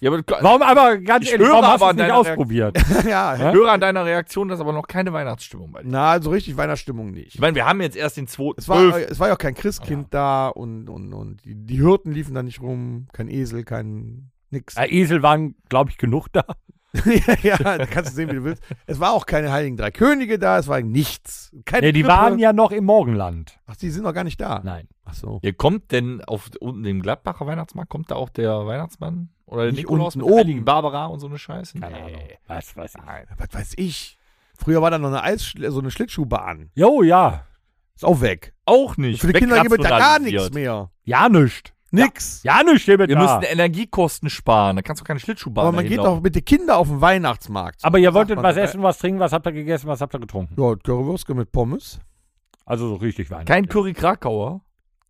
Ja, aber du, Warum aber ganz Ich ehrlich, höre warum hast du aber es nicht deine Reaktion. ausprobiert? ja, ich höre an deiner Reaktion, dass aber noch keine Weihnachtsstimmung bei dir. na, so richtig Weihnachtsstimmung nicht. Ich meine, wir haben jetzt erst den 2. Es war, es war ja auch kein Christkind da und, und, und die, die Hirten liefen da nicht rum, kein Esel, kein nix. Ja, Esel waren, glaube ich, genug da. ja, da kannst du sehen, wie du willst. Es war auch keine Heiligen Drei Könige da, es war nichts. Keine Nee, die Krippe. waren ja noch im Morgenland. Ach, die sind noch gar nicht da. Nein. Ach so. Ihr kommt denn auf unten dem Gladbacher Weihnachtsmarkt, kommt da auch der Weihnachtsmann? Oder der Nicht Nikolaus unten, mit oben. Heiligen Barbara und so eine Scheiße? Keine Ahnung. Was weiß ich. Nein. Was weiß ich. Früher war da noch eine Eis so eine Schlittschuhbahn. Jo, ja. Ist auch weg. Auch nicht. Für die Kinder gibt es da gar nichts Wegrationalisiert. mehr. Ja, nicht. Nix. Ja, nicht, hier mit Wir da. müssen Energiekosten sparen. Da kannst du keine Schlittschuhbahn Aber man geht doch mit den Kindern auf den Weihnachtsmarkt. Aber ihr Sagt wolltet man was doch. äh, essen, was trinken, was habt ihr gegessen, was habt ihr getrunken? Ja, Currywurstke mit Pommes. Also so richtig Wein. Kein Curry Krakauer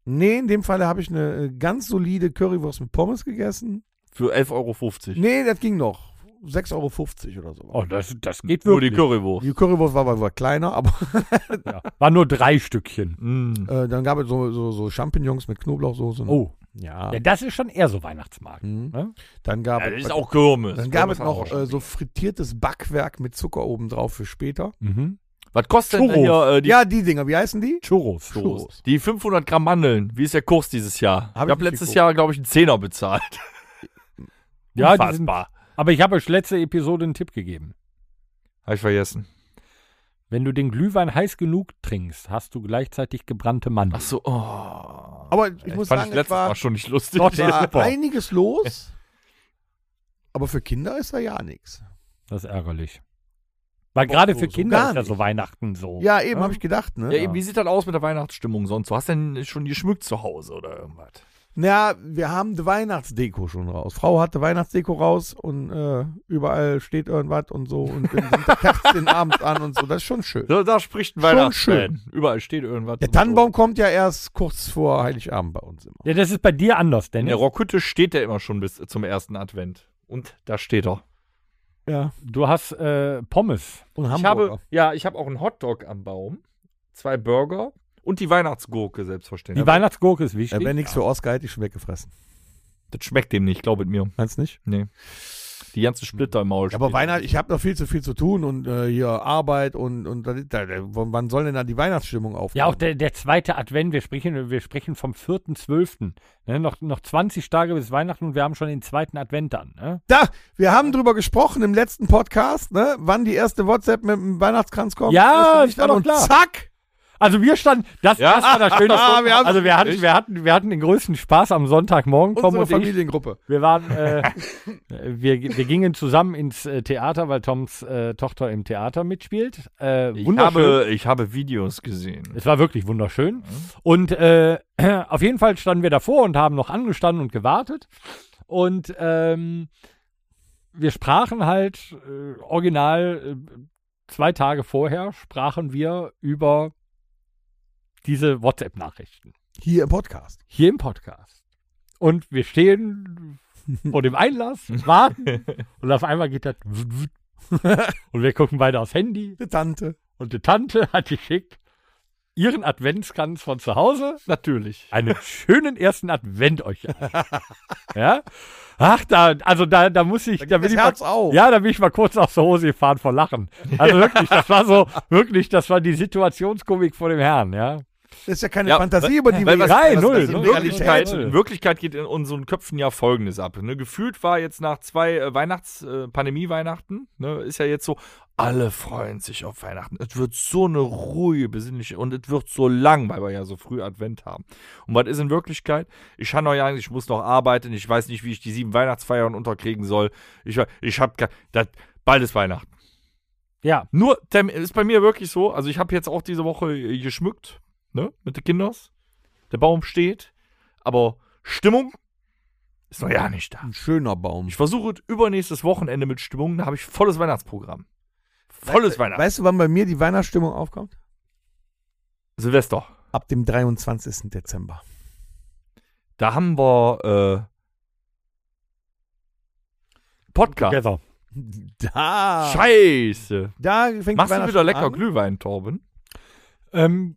Nee, in dem Falle habe ich eine äh, ganz solide Currywurst mit Pommes gegessen. für 11,50 Euro. Nee, das ging noch. 6,50 Euro oder so. Oh, das, das geht Nur die wirklich. Currywurst. Die Currywurst war, war, war kleiner, aber Ja. War nur drei Stückchen. Mm. äh, dann gab es so, so, so Champignons mit Knoblauchsoße. ne? Oh, ja. ja, das ist schon eher so Weihnachtsmarkt. Mhm. Ne? Dann gab Ja, das es ist auch Kirmes. dann gab Kirmes es noch auch schon. äh, so frittiertes Backwerk mit Zucker oben drauf für später. Mhm. Was kostet denn Churros. hier äh, die ja, die Dinger, wie heißen die? Churros. Churros. Die 500 Gramm Mandeln, wie ist der Kurs dieses Jahr? ich Hab ich habe nicht letztes geguckt. Jahr, glaube ich, einen Zehner bezahlt. Ja, die sind, Unfassbar. aber ich habe euch letzte Episode einen Tipp gegeben. Habe ich vergessen. Wenn du den Glühwein heiß genug trinkst, hast du gleichzeitig gebrannte Mandeln. Ach so, oh. Aber ich Ich muss fand sagen, ich es letztes war, Mal schon nicht lustig. es war super. einiges los. aber für Kinder ist da ja nichts. Das ist ärgerlich. Weil gerade so- für so Kinder gar ist ja so nicht. Weihnachten so. Ja, eben, Ja. habe ich gedacht, ne? Oh. ja, eben, wie sieht das aus mit der Weihnachtsstimmung sonst? Du hast denn schon geschmückt zu Hause oder irgendwas? Na, wir haben die Weihnachtsdeko schon raus. Frau hatte Weihnachtsdeko raus und äh, überall steht irgendwas und so und dann sind die Kerzen abends an und so. Das ist schon schön. Da, da spricht ein Schon Weihnachtsmann. Überall steht irgendwas. Der Tannenbaum kommt ja erst kurz vor Heiligabend bei uns immer. Ja, das ist bei dir anders, In Dennis. der Rockhütte steht der immer schon bis zum ersten Advent. Und da steht er. Ja. Du hast äh, Pommes. Und Ich Hamburger. Äh, habe, ja, ich habe auch einen Hotdog am Baum, zwei Burger und die Weihnachtsgurke Die selbstverständlich. Weihnachtsgurke ist ja, wichtig. Wäre nichts für Oscar, hätte ich schon weggefressen. das schmeckt dem nicht, glaubet mir. Meinst nicht? Die ganzen Splitter im Maul. Ja, aber stehen. Weihnachten, ich habe noch viel zu viel zu tun und äh, hier Arbeit und, und da, da, da, wann soll denn da die Weihnachtsstimmung aufkommen? Ja, auch der, der zweite Advent, wir sprechen, wir sprechen vom 4.12. Ne? Noch, noch 20 Tage bis Weihnachten und wir haben schon den zweiten Advent dann. Ne? da, wir haben drüber gesprochen im letzten Podcast, ne? wann die erste WhatsApp mit dem Weihnachtskranz kommt. Ja, Erste das Licht war an doch und klar. Zack! Also wir standen, das, Ja. das war das Schöne. Ah, wir haben- also wir hatten, wir, hatten, wir hatten den größten Spaß am Sonntagmorgen. Tom Unsere und ich, Familiengruppe. Wir waren, äh, wir, wir gingen zusammen ins äh, Theater, weil Toms äh, Tochter im Theater mitspielt. Äh, Ich wunderschön. habe, Mhm. ich habe Videos gesehen. es war wirklich wunderschön. Und äh, auf jeden Fall standen wir davor und haben noch angestanden und gewartet. Und ähm, wir sprachen halt äh, original äh, zwei Tage vorher sprachen wir über diese WhatsApp-Nachrichten Hier im Podcast. hier im Podcast. Und wir stehen vor dem Einlass, warten und auf einmal geht das und wir gucken beide aufs Handy Die Tante. und die Tante hat geschickt ihren Adventskranz von zu Hause. Natürlich. Einen schönen ersten Advent euch. allen. ja? Ach, da, also da, da muss ich, da, geht bin das ich Herz mal, auf. Ja, da bin ich mal kurz aus der Hose gefahren vor Lachen. Also wirklich, das war so, wirklich, das war die Situationskomik vor dem Herrn, ja. Das ist ja keine Ja, Fantasie, über die weil wir was- Nein, das- null, das ist null. In Ja, Wirklichkeit, total. in Wirklichkeit geht in unseren Köpfen ja Folgendes ab. Ne? Gefühlt war jetzt nach zwei äh, Weihnachts-, äh, Pandemie-Weihnachten, ne? ist ja jetzt so, alle freuen sich auf Weihnachten. Es wird so eine ruhige, besinnliche und es wird so lang, weil wir ja so früh Advent haben. Und was ist in Wirklichkeit? Ich kann noch ja, ich muss noch arbeiten, ich weiß nicht, wie ich die sieben Weihnachtsfeiern unterkriegen soll. Ich, we- ich hab, ke- das, bald ist Weihnachten. Ja, Nur, Tem, ist bei mir wirklich so. Also, ich habe jetzt auch diese Woche äh, geschmückt, ne, mit den Kinders. Der Baum steht, aber Stimmung ist noch ja nicht da. Ein schöner Baum. Ich versuche es übernächstes Wochenende mit Stimmung, da habe ich volles Weihnachtsprogramm. Volles Weihnachten. Weißt du, wann bei mir die Weihnachtsstimmung aufkommt? Silvester. Ab dem 23. Dezember. Da haben wir, äh, Podcast. together. Ah. Da. Scheiße. Da fängt Machst die du wieder Weihnachtsstimmung lecker an. Glühwein, Torben? Ähm,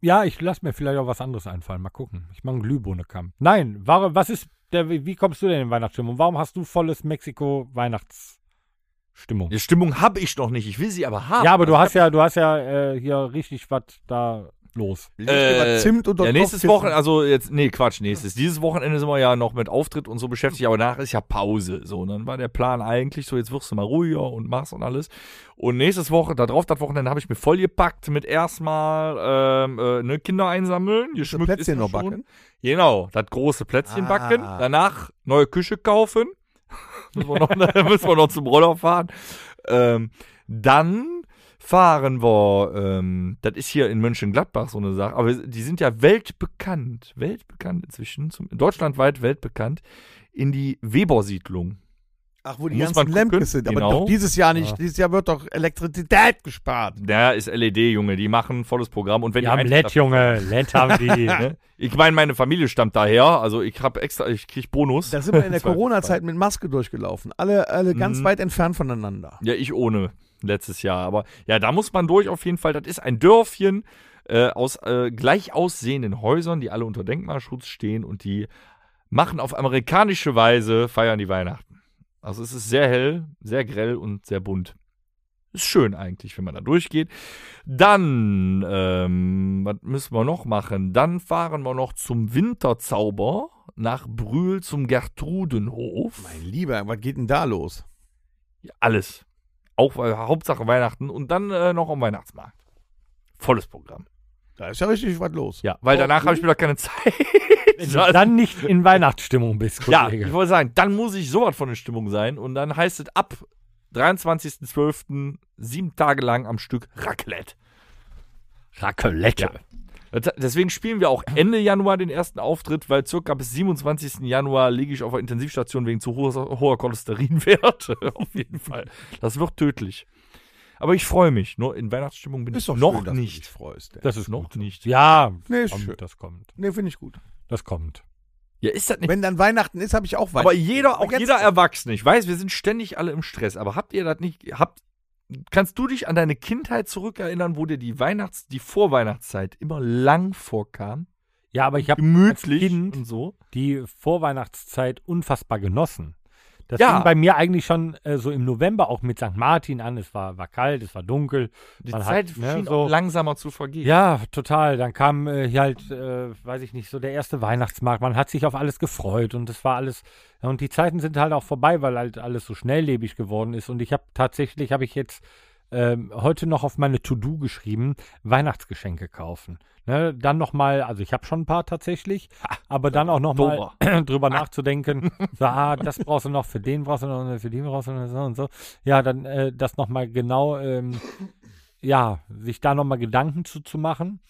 ja, ich lasse mir vielleicht auch was anderes einfallen. Mal gucken. Ich mache einen Glühbohnenkamm. Nein, warum, was ist der, wie wie kommst du denn in Weihnachtsstimmung? Warum hast du volles Mexiko-Weihnachtsstimmung? Die Stimmung habe ich noch nicht. Ich will sie aber haben. Ja, aber du hast ja, du hast ja äh, hier richtig was da los. Leg dir mal Äh, Zimt unter Ja, den nächstes Kopfkissen. Wochenende, also jetzt, nee, Quatsch, nächstes. Dieses Wochenende sind wir ja noch mit Auftritt und so beschäftigt, aber danach ist ja Pause. So, und dann war der Plan eigentlich so, jetzt wirst du mal ruhiger und machst und alles. Und nächstes Woche, da drauf, das Wochenende habe ich mir vollgepackt mit erstmal ähm, äh, ne, Kinder einsammeln, geschmückt ist Plätzchen man noch schon. backen. Genau, das große Plätzchen Ah. backen, danach neue Küche kaufen. müssen, wir noch, müssen wir noch zum Roller fahren. Ähm, dann fahren wir, ähm, das ist hier in Mönchengladbach so eine Sache, aber die sind ja weltbekannt, weltbekannt inzwischen, zum, deutschlandweit weltbekannt, in die Weber-Siedlung. Ach, wo die Muss ganzen man gucken, Lämpchen sind. Aber genau. doch dieses Jahr nicht. Dieses Jahr wird doch Elektrizität gespart. Der ist LED, Junge, die machen volles Programm. Und wenn Die die haben E ein- LED, Junge. LED haben die. Ne? Ich meine, meine Familie stammt daher, also ich habe extra, ich krieg Bonus. Da sind wir in der Zwei- Corona-Zeit mit Maske durchgelaufen. Alle, alle ganz Mhm. weit entfernt voneinander. Ja, ich ohne letztes Jahr. Aber ja, da muss man durch auf jeden Fall. Das ist ein Dörfchen äh, aus äh, gleich aussehenden Häusern, die alle unter Denkmalschutz stehen und die machen auf amerikanische Weise, feiern die Weihnachten. Also es ist sehr hell, sehr grell und sehr bunt. Ist schön eigentlich, wenn man da durchgeht. Dann, ähm, was müssen wir noch machen? Dann fahren wir noch zum Winterzauber nach Brühl zum Gertrudenhof. Mein Lieber, was geht denn da los? Ja, Alles. Auch äh, Hauptsache Weihnachten und dann äh, noch am Weihnachtsmarkt. Volles Programm. Da ist ja richtig was los. Ja, weil danach habe ich wieder keine Zeit. Oh, Wenn du Also, dann nicht in Weihnachtsstimmung bist, ja, Kollege. ich wollte sagen, dann muss ich sowas von in Stimmung sein und dann heißt es ab 23.12. sieben Tage lang am Stück Raclette. Raclette. Das- Deswegen spielen wir auch Ende Januar den ersten Auftritt, weil circa bis 27. Januar liege ich auf der Intensivstation wegen zu hoher, hoher Cholesterinwert. auf jeden Fall. Das wird tödlich. Aber ich freue mich. Nur in Weihnachtsstimmung bin ich noch schön, dass Du dich nicht. freust, ey. Das ist noch noch. nicht. Ja, Nee, ist schön. kommt, das kommt. Nee, finde ich gut. Das kommt. Ja, ist das nicht? Wenn dann Weihnachten ist, habe ich auch Weihnachten. aber jeder, auch jetzt- jeder Erwachsene, ich weiß, wir sind ständig alle im Stress, aber habt ihr das nicht, habt, kannst du dich an deine Kindheit zurückerinnern, wo dir die Weihnachts-, die Vorweihnachtszeit immer lang vorkam? Ja, aber ich habe Gemütlich Kind- und so. die Vorweihnachtszeit unfassbar genossen. Das Ja. fing bei mir eigentlich schon äh, so im November auch mit St. Martin an. Es war, war kalt, es war dunkel. Die Man Zeit hat, ne, schien so- auch langsamer zu vergehen. Ja, total. Dann kam äh, hier halt, äh, weiß ich nicht, so der erste Weihnachtsmarkt. Man hat sich auf alles gefreut und es war alles. Ja, und die Zeiten sind halt auch vorbei, weil halt alles so schnelllebig geworden ist. Und ich habe tatsächlich, habe ich jetzt ähm, heute noch auf meine To-Do geschrieben, Weihnachtsgeschenke kaufen. Ne, dann nochmal, also ich habe schon ein paar tatsächlich, aber dann auch nochmal drüber nachzudenken, so, ah, das brauchst du noch, für den brauchst du noch, und für den brauchst du noch und so und so. Ja, dann äh, das nochmal genau, ähm, ja, sich da nochmal Gedanken zu, zu machen.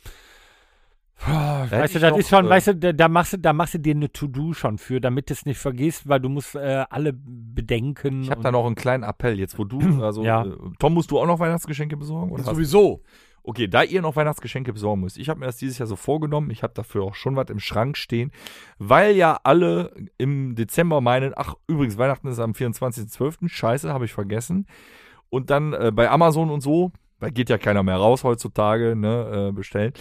Puh, hätte Weißt du, ich das noch, ist schon, äh, weißt du, da, da machst du, da machst du dir eine To-Do schon für, damit du es nicht vergisst, weil du musst äh, alle bedenken. Ich habe und- da noch einen kleinen Appell jetzt, wo du, also Ja. äh, Tom, musst du auch noch Weihnachtsgeschenke besorgen? Oder hast du- Sowieso. Okay, da ihr noch Weihnachtsgeschenke besorgen müsst, ich habe mir das dieses Jahr so vorgenommen, ich habe dafür auch schon was im Schrank stehen, weil ja alle im Dezember meinen, ach übrigens, Weihnachten ist am 24.12., scheiße, habe ich vergessen. Und dann äh, bei Amazon und so, da geht ja keiner mehr raus heutzutage, ne, äh, bestellen.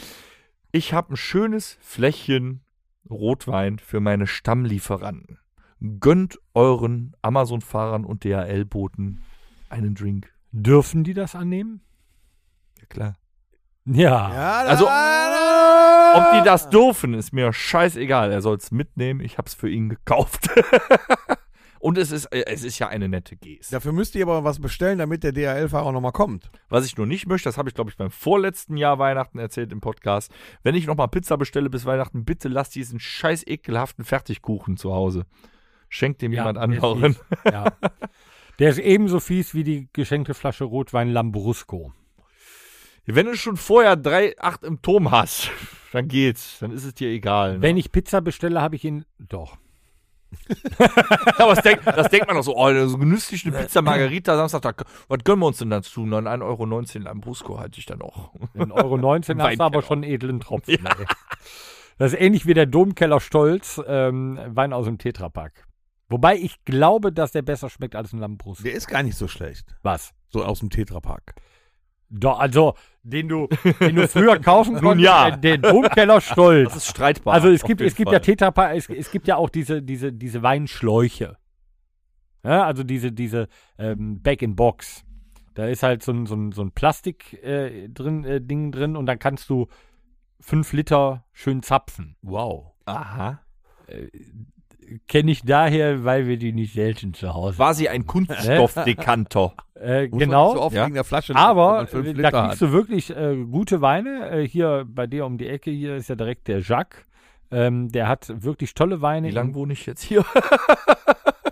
Ich habe ein schönes Fläschchen Rotwein für meine Stammlieferanten. Gönnt euren Amazon-Fahrern und DHL-Boten einen Drink. Dürfen die das annehmen? Ja, klar. Ja. Ja, Also, da- Ob die das dürfen, ist mir scheißegal. Er soll es mitnehmen. Ich hab's für ihn gekauft. Und es ist, äh, es ist ja eine nette Geste. Dafür müsst ihr aber was bestellen, damit der DHL-Fahrer nochmal kommt. Was ich nur nicht möchte, das habe ich, glaube ich, beim vorletzten Jahr Weihnachten erzählt im Podcast. Wenn ich nochmal Pizza bestelle bis Weihnachten, bitte lass diesen scheiß ekelhaften Fertigkuchen zu Hause. Schenkt dem Ja, jemand der ist anderen. fies. Ja. Der ist ebenso fies wie die geschenkte Flasche Rotwein Lambrusco. Wenn du schon vorher 3,8 im Turm hast, dann geht's. Dann ist es dir egal. Ne? Wenn ich Pizza bestelle, habe ich ihn. Doch. Aber das denkt, das denkt man doch so, oh, so genüsslich eine Pizza Margarita Samstag, da, was gönnen wir uns denn dazu? Dann 1,19 Euro Lambrusco hatte ich dann auch. In Euro 19 hast du aber Weinkeller. schon einen edlen Tropfen. ey. Das ist ähnlich wie der Domkeller Stolz, ähm, Wein aus dem Tetrapack. Wobei ich glaube, dass der besser schmeckt als ein Lambrusco. Der ist gar nicht so schlecht. Was? So aus dem Tetrapack. Doch, also, den du, den du früher kaufen konntest, ja. äh, den Domkeller Stolz. Das ist streitbar. Also es auf gibt, jeden es gibt Fall. ja Tetrapack, es, es gibt ja auch diese, diese, diese Weinschläuche. Ja, also diese, diese ähm, Back-in-Box. Da ist halt so ein, so ein, so ein Plastik-Ding äh, drin, äh, Ding drin und dann kannst du fünf Liter schön zapfen. Wow. Aha. Kenne ich daher, weil wir die nicht selten zu Hause haben. War sie ein Kunststoffdekanter? Äh, Muss man nicht genau. So oft ja. wegen der Flasche wenn Aber man fünf äh, Liter da hat. kriegst du wirklich äh, gute Weine. Äh, hier bei dir um die Ecke, hier ist ja direkt der Jacques. Ähm, der hat wirklich tolle Weine. Wie in- lange wohne ich jetzt hier?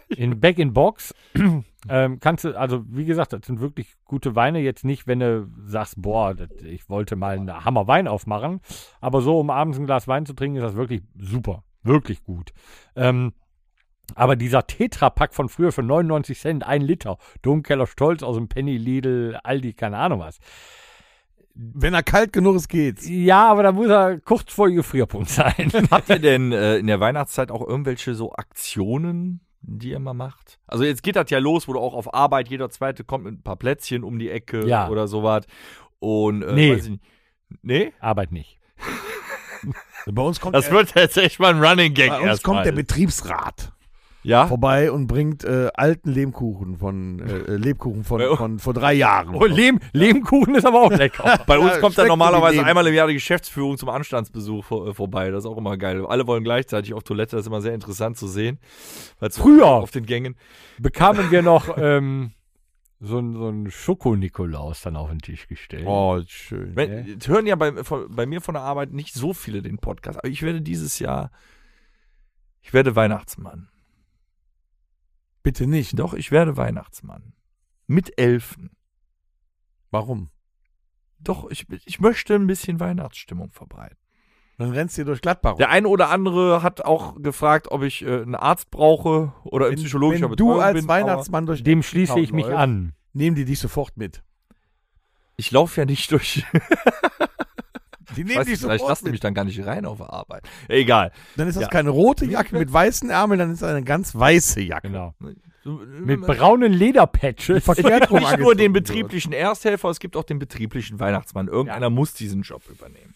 in Back in Box ähm, kannst du, also wie gesagt, das sind wirklich gute Weine. Jetzt nicht, wenn du sagst, boah, das, ich wollte mal einen Hammerwein aufmachen, aber so, um abends ein Glas Wein zu trinken, ist das wirklich super, wirklich gut. Ähm, Aber dieser Tetra-Pack von früher für 99 Cent, ein Liter, Domkeller Stolz aus dem Penny, Lidl, Aldi, keine Ahnung was. Wenn er kalt genug ist, geht's. Ja, aber da muss er kurz vor Gefrierpunkt sein. Habt ihr denn äh, in der Weihnachtszeit auch irgendwelche so Aktionen, die ihr mal macht? Also jetzt geht das ja los, wo du auch auf Arbeit, jeder zweite kommt mit ein paar Plätzchen um die Ecke Ja. oder sowas. Und äh, Nee. weiß ich nicht. Nee? Arbeit nicht. Bei uns kommt, Das wird jetzt echt mal ein Running Gag bei uns erst kommt mal. der Betriebsrat Ja? vorbei und bringt äh, alten Lebkuchen von äh, Lebkuchen von, Bei von, uns- von vor drei Jahren. Oh, Lehm, Lehmkuchen ist aber auch lecker. Bei uns Ja, kommt dann schmeckt normalerweise wie Leben. einmal im Jahr die Geschäftsführung zum Anstandsbesuch vor, äh, vorbei. Das ist auch immer geil. Alle wollen gleichzeitig auf Toilette. Das ist immer sehr interessant zu sehen. Weil's Früher. Auf den Gängen. Bekamen wir noch ähm, so einen so einen Schoko-Nikolaus dann auf den Tisch gestellt. Oh, schön. Wenn, jetzt Hören ja bei, von, bei mir von der Arbeit nicht so viele den Podcast. Aber ich werde dieses Jahr, ich werde Weihnachtsmann. Bitte nicht. Doch, ich werde Weihnachtsmann. Mit Elfen. Warum? Doch, ich, ich möchte ein bisschen Weihnachtsstimmung verbreiten. Dann rennst du hier durch Gladbach. Der eine oder andere hat auch gefragt, ob ich äh, einen Arzt brauche oder in Wenn- psychologischer wenn Betreuung du als bin. aber- Weihnachtsmann durch Dem schließe ich mich läufst, an. Nehmen die dich sofort mit. Ich laufe ja nicht durch. Die Ich nehmen weiß nicht, vielleicht lassen die mich dann gar nicht rein auf der Arbeit. Egal. Dann ist das Ja. keine rote Jacke mit weißen Ärmeln, dann ist das eine ganz weiße Jacke. Genau. Mit Mit braunen Lederpatches. Ver- es gibt Bergrum äh, nicht nur den angezogen wird. betrieblichen Ersthelfer, es gibt auch den betrieblichen Weihnachtsmann. Irgendeiner muss diesen Job übernehmen.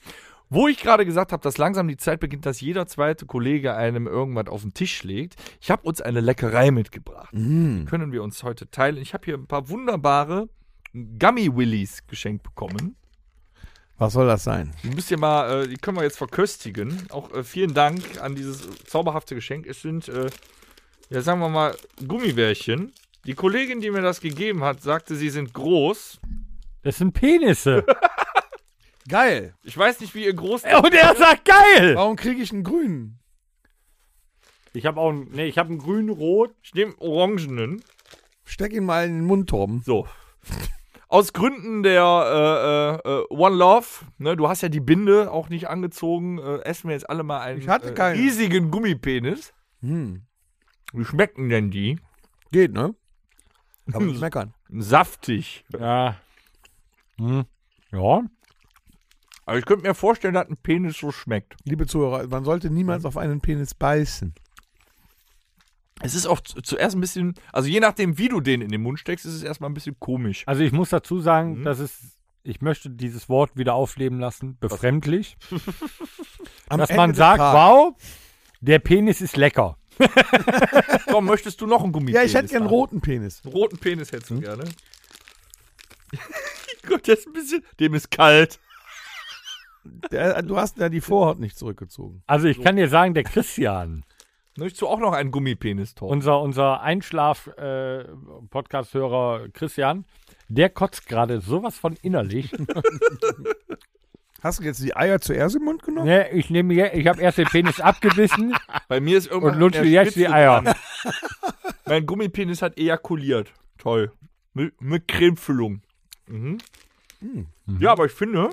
Wo ich gerade gesagt habe, dass langsam die Zeit beginnt, dass jeder zweite Kollege einem irgendwas auf den Tisch legt. Ich habe uns eine Leckerei mitgebracht. Die können wir uns heute teilen. Ich habe hier ein paar wunderbare Gummy Willies geschenkt bekommen. Was soll das sein? Die müsst ihr mal, äh, die können wir jetzt verköstigen. Auch äh, vielen Dank an dieses zauberhafte Geschenk. Es sind, äh, ja, sagen wir mal, Gummibärchen. Die Kollegin, die mir das gegeben hat, sagte, sie sind groß. Das sind Penisse. Geil. Ich weiß nicht, wie ihr groß Und er sagt geil. Warum kriege ich einen grünen? Ich habe auch einen, nee, ich habe einen grün-rot. Ich nehme Orangenen. Steck ihn mal in den Mund, Torben. So. Aus Gründen der äh, äh, äh, One Love, ne, du hast ja die Binde auch nicht angezogen, äh, essen wir jetzt alle mal einen Ich hatte äh, keine. riesigen Gummipenis. Hm. Wie schmecken denn die? Geht, ne? Kann man nicht meckern. Saftig. Ja. Hm. Ja. Aber ich könnte mir vorstellen, dass ein Penis so schmeckt. Liebe Zuhörer, man sollte niemals auf einen Penis beißen. Es ist auch zu- zuerst ein bisschen, also je nachdem, wie du den in den Mund steckst, ist es erstmal ein bisschen komisch. Also ich muss dazu sagen, dass es, ich möchte dieses Wort wieder aufleben lassen, befremdlich, Am dass Ende man des sagt, Tages- wow, der Penis ist lecker. Komm, möchtest du noch einen Gummipenis? Ja, ich hätte gern einen haben? roten Penis. Einen roten Penis hättest Hm? du gerne. Gott, der ist ein bisschen, dem ist kalt. Der, äh, du hast ja die Vorhaut nicht zurückgezogen. Also ich kann dir sagen, der Christian, Möchtest du auch noch einen Gummipenis, Torben? unser, unser Einschlaf-Podcast-Hörer Christian, der kotzt gerade sowas von innerlich. Hast du jetzt die Eier zuerst im Mund genommen? ne, ich nehme, je- ich habe erst den Penis abgebissen Bei mir ist irgendwann und lutsche an der jetzt die Spitze Eier. dran. Mein Gummipenis hat ejakuliert. Toll. Mit, mit Cremefüllung. Mhm. Hm. Ja, aber ich finde,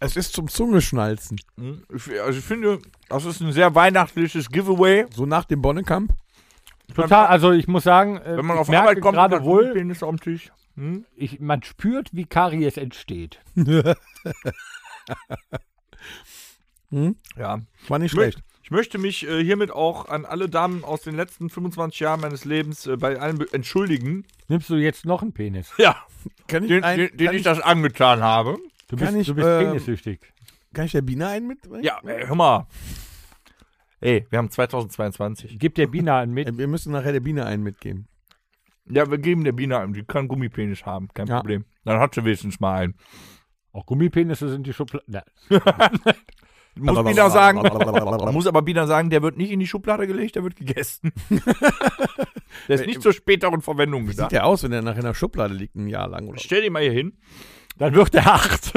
Es ist zum Zungeschnalzen. mhm, ich, also ich finde, das ist ein sehr weihnachtliches Giveaway. So nach dem Bonnekamp. Total, also ich muss sagen, äh, Wenn man ich auf merke Arbeit kommt, gerade wohl, Penis am Tisch. Hm? ich, man spürt, wie Karies entsteht. Ja. War nicht Ich, möcht, schlecht. ich möchte mich äh, hiermit auch an alle Damen aus den letzten 25 Jahren meines Lebens äh, bei allen be- entschuldigen. Nimmst du jetzt noch einen Penis? Ja, Kann den, ein- den, den kann ich das angetan habe. Du Kann bist, ich, du bist äh, ähm, penissüchtig. Kann ich der Biene einen mitbringen? Ja, ey, hör mal. Ey, wir haben 2022. Gib der Bina einen mit. Äh, Wir müssen nachher der Biene einen mitgeben. Ja, wir geben der Biene einem. Die kann Gummipenis haben, kein Ja. Problem. Dann hat sie wenigstens mal einen. Auch Gummipenisse sind die Schublade. Na, Muss Bina sagen, muss aber Bina sagen, der wird nicht in die Schublade gelegt, der wird gegessen. der ist nicht zur späteren Verwendung Sieht gedacht. der aus, wenn der nachher in der Schublade liegt, ein Jahr lang? Oder? Stell den mal hier hin. Dann wird der acht.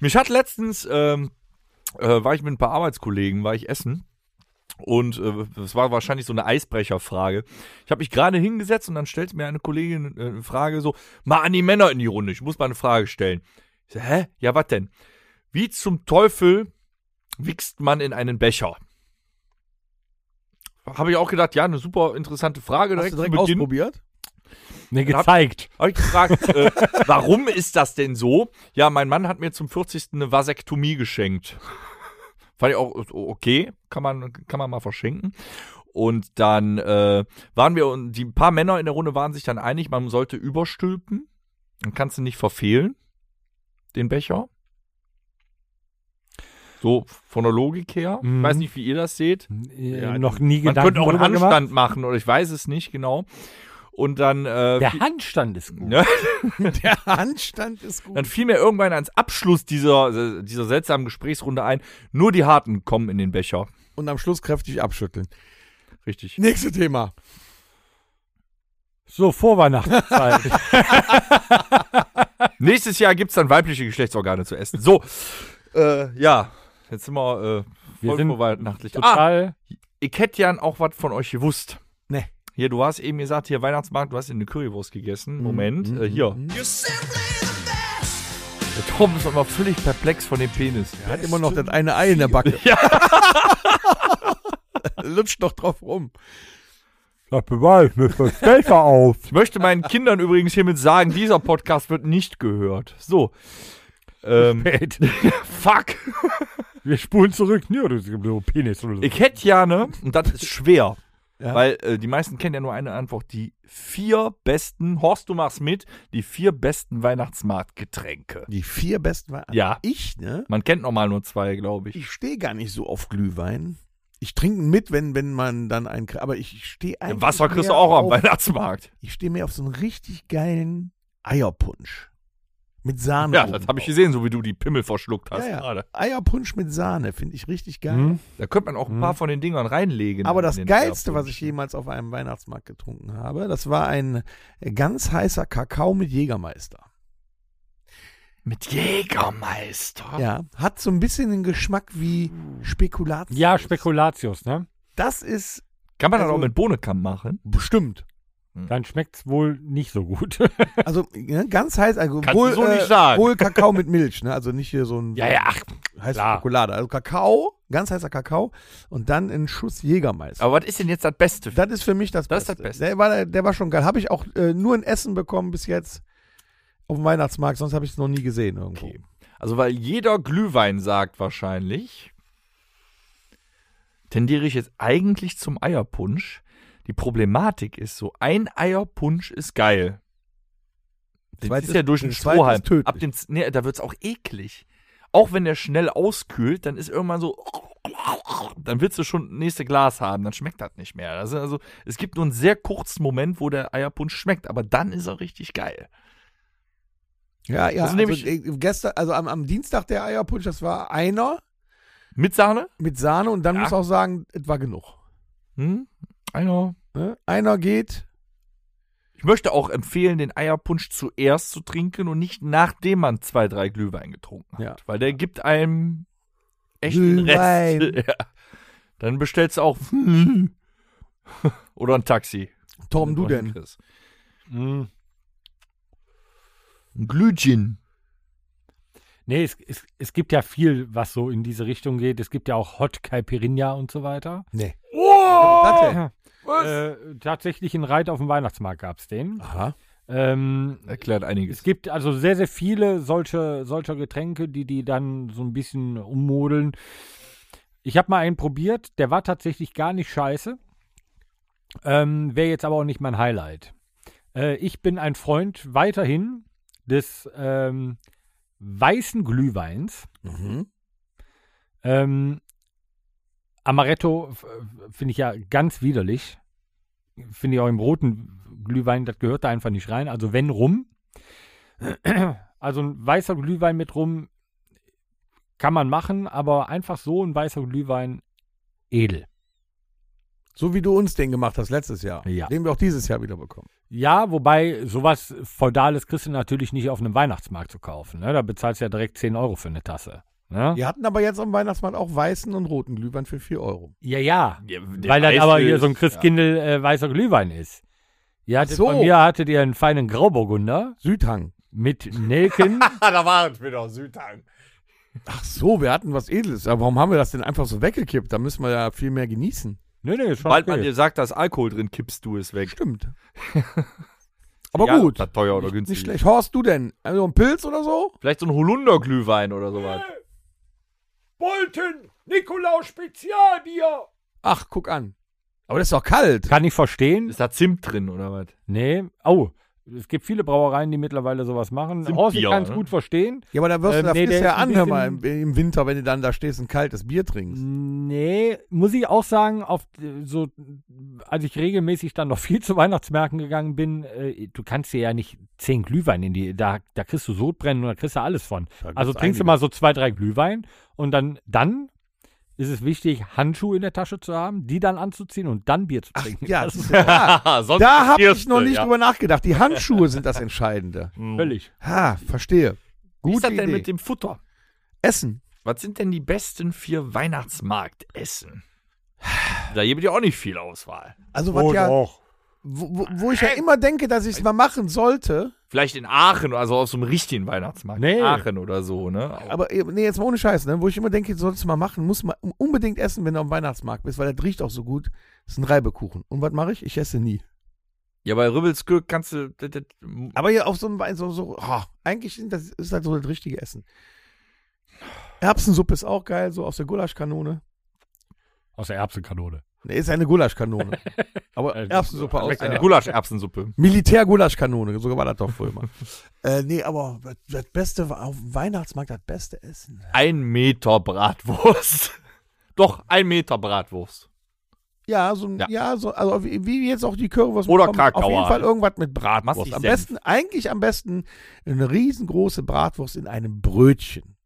Mich hat letztens, ähm, äh, war ich mit ein paar Arbeitskollegen, war ich essen. Und äh, es war wahrscheinlich so eine Eisbrecherfrage. Ich habe mich gerade hingesetzt und dann stellte mir eine Kollegin äh, eine Frage so, mal an die Männer in die Runde, ich muss mal eine Frage stellen. Ich so, hä? Ja, was denn? Wie zum Teufel wichst man in einen Becher? Habe ich auch gedacht, ja, eine super interessante Frage Hast direkt, du direkt zu Beginn. ausprobiert? Nee, gezeigt. Habe ich gefragt, äh, warum ist das denn so? Ja, mein Mann hat mir zum 40. eine Vasektomie geschenkt. Fand ich auch okay, kann man, kann man mal verschenken. Und dann äh, waren wir, und die paar Männer in der Runde waren sich dann einig, man sollte überstülpen. Dann kannst du nicht verfehlen, den Becher. So, von der Logik her. Mhm. Ich weiß nicht, wie ihr das seht. Äh, Ja, noch nie Man Gedanken könnte auch einen drüber gemacht. Handstand machen oder ich weiß es nicht genau. Und dann. Äh, Der fi- Handstand ist gut. ne? Der Handstand ist gut. Dann fiel mir irgendwann ans Abschluss dieser, dieser seltsamen Gesprächsrunde ein, nur die Harten kommen in den Becher. Und am Schluss kräftig abschütteln. Richtig. Nächstes Thema. So, Vorweihnachtszeit. Nächstes Jahr gibt es dann weibliche Geschlechtsorgane zu essen. So, äh, ja, jetzt sind wir äh, Wir voll sind vorweihnachtlich. Ah, Total. ich hätte ja auch was von euch gewusst. Nee. Hier, du hast eben gesagt, hier Weihnachtsmarkt, du hast eine Currywurst Mhm, gegessen. Moment, äh, hier. Der Tom ist immer völlig perplex von dem Penis. Er hat immer noch das eine Ei in der Backe. Lutscht doch drauf rum. Das beweist mir das Fächer auf. Ich möchte meinen Kindern übrigens hiermit sagen, dieser Podcast wird nicht gehört. So. Ähm, fuck. Wir spulen zurück. Nee, das ist so Penis oder so. Ich hätte ja, ne, und das ist schwer, Ja. weil äh, die meisten kennen ja nur eine Antwort, die vier besten, Horst, du machst mit, die vier besten Weihnachtsmarktgetränke. Die vier besten waren. Ja. Ich, ne? Man kennt normal nur zwei, glaube ich. Ich stehe gar nicht so auf Glühwein. Ich trinke mit, wenn, wenn man dann einen. krie- Aber ich stehe eigentlich. Wasser kriegst du mehr auch am auf- Weihnachtsmarkt. Ich stehe mehr auf so einen richtig geilen Eierpunsch. Mit Sahne. Ja, oben das habe ich drauf. gesehen, so wie du die Pimmel verschluckt hast Ja, ja. gerade. Eierpunsch mit Sahne finde ich richtig geil. Hm? Da könnte man auch ein paar von den Dingern reinlegen. Mhm. Aber in das den Geilste, was Erbsen. ich jemals auf einem Weihnachtsmarkt getrunken habe, das war ein ganz heißer Kakao mit Jägermeister. Mit Jägermeister. Ja, hat so ein bisschen den Geschmack wie Spekulat. Ja, Spekulatius, ne? Das ist Kann man das Also- auch mit Bohnenkamm machen? bestimmt. Dann schmeckt's wohl nicht so gut. Also ne, ganz heiß, also Kannst du wohl, so nicht sagen. wohl Kakao mit Milch, ne? also nicht hier so ein ach. heißes klar. Schokolade. Also Kakao, ganz heißer Kakao und dann ein Schuss Jägermeister. Aber was ist denn jetzt das Beste? das ist für mich das Das ist Beste. das Beste. Der, war, der war schon geil. Habe ich auch äh, nur in Essen bekommen bis jetzt auf dem Weihnachtsmarkt, sonst habe ich es noch nie gesehen irgendwo. Okay. Also, weil jeder Glühwein sagt wahrscheinlich, tendiere ich jetzt eigentlich zum Eierpunsch. Die Problematik ist so, ein Eierpunsch ist geil. Den Zweites- ist ja durch den den zweites Strohhalm. tödlich. Ab dem, Z- nee, da wird es auch eklig. Auch wenn der schnell auskühlt, dann ist irgendwann so, dann willst du schon nächste Glas haben, dann schmeckt das nicht mehr. Das ist also, es gibt nur einen sehr kurzen Moment, wo der Eierpunsch schmeckt, aber dann ist er richtig geil. Ja, Also ja. Also, nehme ich- äh, gestern, also am, am Dienstag der Eierpunsch, das war einer Mit Sahne? mit Sahne und dann Ja. muss ich auch sagen, es war genug. Hm? Einer. Ne? Einer geht. Ich möchte auch empfehlen, den Eierpunsch zuerst zu trinken und nicht nachdem man zwei, drei Glühwein getrunken hat. Ja. Weil der gibt einem echten Glühwein. Rest. Ja. Dann bestellst du auch oder ein Taxi. Tom, du denn? Chris. Hm. mm. Ein Glühgin. Nee, es, es, es gibt ja viel, was so in diese Richtung geht. Es gibt ja auch Hot Caipirinha und so weiter. Nee. Oh! Warte. Was? Äh, tatsächlich in Reit auf dem Weihnachtsmarkt gab's den. Aha. Ähm, Erklärt es einiges. gibt also sehr, sehr viele solche, solcher Getränke, die die dann so ein bisschen ummodeln. Ich habe mal einen probiert, der war tatsächlich gar nicht scheiße. Ähm, Wäre jetzt aber auch nicht mein Highlight. Äh, ich bin ein Freund weiterhin des ähm, weißen Glühweins. Mhm. Ähm, Amaretto f- äh, finde ich ja ganz widerlich. Finde ich auch im roten Glühwein, das gehört da einfach nicht rein. Also wenn rum. Also ein weißer Glühwein mit rum kann man machen, aber einfach so ein weißer Glühwein edel. So wie du uns den gemacht hast letztes Jahr. Ja. Den wir auch dieses Jahr wieder bekommen. Ja, wobei sowas Feudales kriegst du natürlich nicht auf einem Weihnachtsmarkt zu kaufen. Ne? Da bezahlst du ja direkt 10 Euro für eine Tasse. Ne? Wir hatten aber jetzt am Weihnachtsmarkt auch weißen und roten Glühwein für 4 Euro. Ja, ja. Ja, der Weil das Weiß aber ist- hier so ein Christkindl äh, weißer Glühwein ist. Ihr hattet, so. Bei mir hattet ihr einen feinen Grauburgunder Südhang. mit Nelken. Ah, da war es wieder, Südhang. Ach so, wir hatten was Edles. Aber warum haben wir das denn einfach so weggekippt? Da müssen wir ja viel mehr genießen. Nee, nee, ist schon Bald man okay. dir sagt, da ist Alkohol drin, kippst du es weg. Stimmt. Aber Egal, ob gut. das teuer oder Nicht günstig. ist. schlecht. Horst, du denn? Also ein Pilz oder so? Vielleicht so ein Holunderglühwein oder sowas. Bolten, Nikolaus Spezialbier. Ach, guck an. Aber das ist doch kalt. Kann ich verstehen. Ist da Zimt drin oder was? Nee. Oh, es gibt viele Brauereien, die mittlerweile sowas machen. Sind Horst, ich Bier, kann es ne? gut verstehen. Ja, aber da wirst Ähm, du, da nee, frisst der du ja ist ein an, hör mal, im, im Winter, wenn du dann da stehst und kaltes Bier trinkst. Nee, muss ich auch sagen, auf, äh, so, als ich regelmäßig dann noch viel zu Weihnachtsmärkten gegangen bin, äh, du kannst dir ja nicht zehn Glühwein in die, da, da kriegst du Sodbrennen und da kriegst du alles von. Da gibt's Also trinkst du einige. mal so zwei, drei Glühwein und dann, dann ist es wichtig, Handschuhe in der Tasche zu haben, die dann anzuziehen und dann Bier zu Ach, trinken. ja, das ist Sonst Da habe ich stirbst noch du, nicht ja. Hm. drüber nachgedacht. Die Handschuhe sind das Entscheidende. völlig. Ha, verstehe. Wie ist Gute das denn Idee. mit dem Futter? Essen. Was sind denn die besten vier Weihnachtsmarktessen? Da gibt es ja auch nicht viel Auswahl. Also, Oh, was ja, wo, wo, wo ich ja immer denke, dass ich es mal machen sollte. Vielleicht in Aachen, also auf so einem richtigen Weihnachtsmarkt. Nee. Aachen oder so, ne? Aber eben- nee, jetzt mal ohne Scheiß, ne? Wo ich immer denke, solltest du mal machen, muss man unbedingt essen, wenn du am Weihnachtsmarkt bist, weil das riecht auch so gut. Das ist ein Reibekuchen. Und was mache ich? Ich esse nie. ja, bei Rübelskirk kannst du. Das, das, Aber hier auf so einem Wein, so, so ah, eigentlich sind das, ist halt so das richtige Essen. Erbsensuppe ist auch geil, so aus der Gulaschkanone. Aus der Erbsenkanone. Ne, ist eine Gulaschkanone. Aber Also, Erbsensuppe aus eine der Gulasch-Erbsensuppe. Militär-Gulaschkanone, sogar war das doch früher mal. äh, nee, aber das- das Beste war auf dem Weihnachtsmarkt, das beste Essen. Ein Meter Bratwurst. Doch, ein Meter Bratwurst. Ja, so ein, ja. Ja. so, also wie, wie jetzt auch die Currywurst. Oder bekommen, Krakauer. Auf jeden Fall irgendwas mit Bratwurst. Massig Am Senf. besten, eigentlich am besten eine riesengroße Bratwurst in einem Brötchen.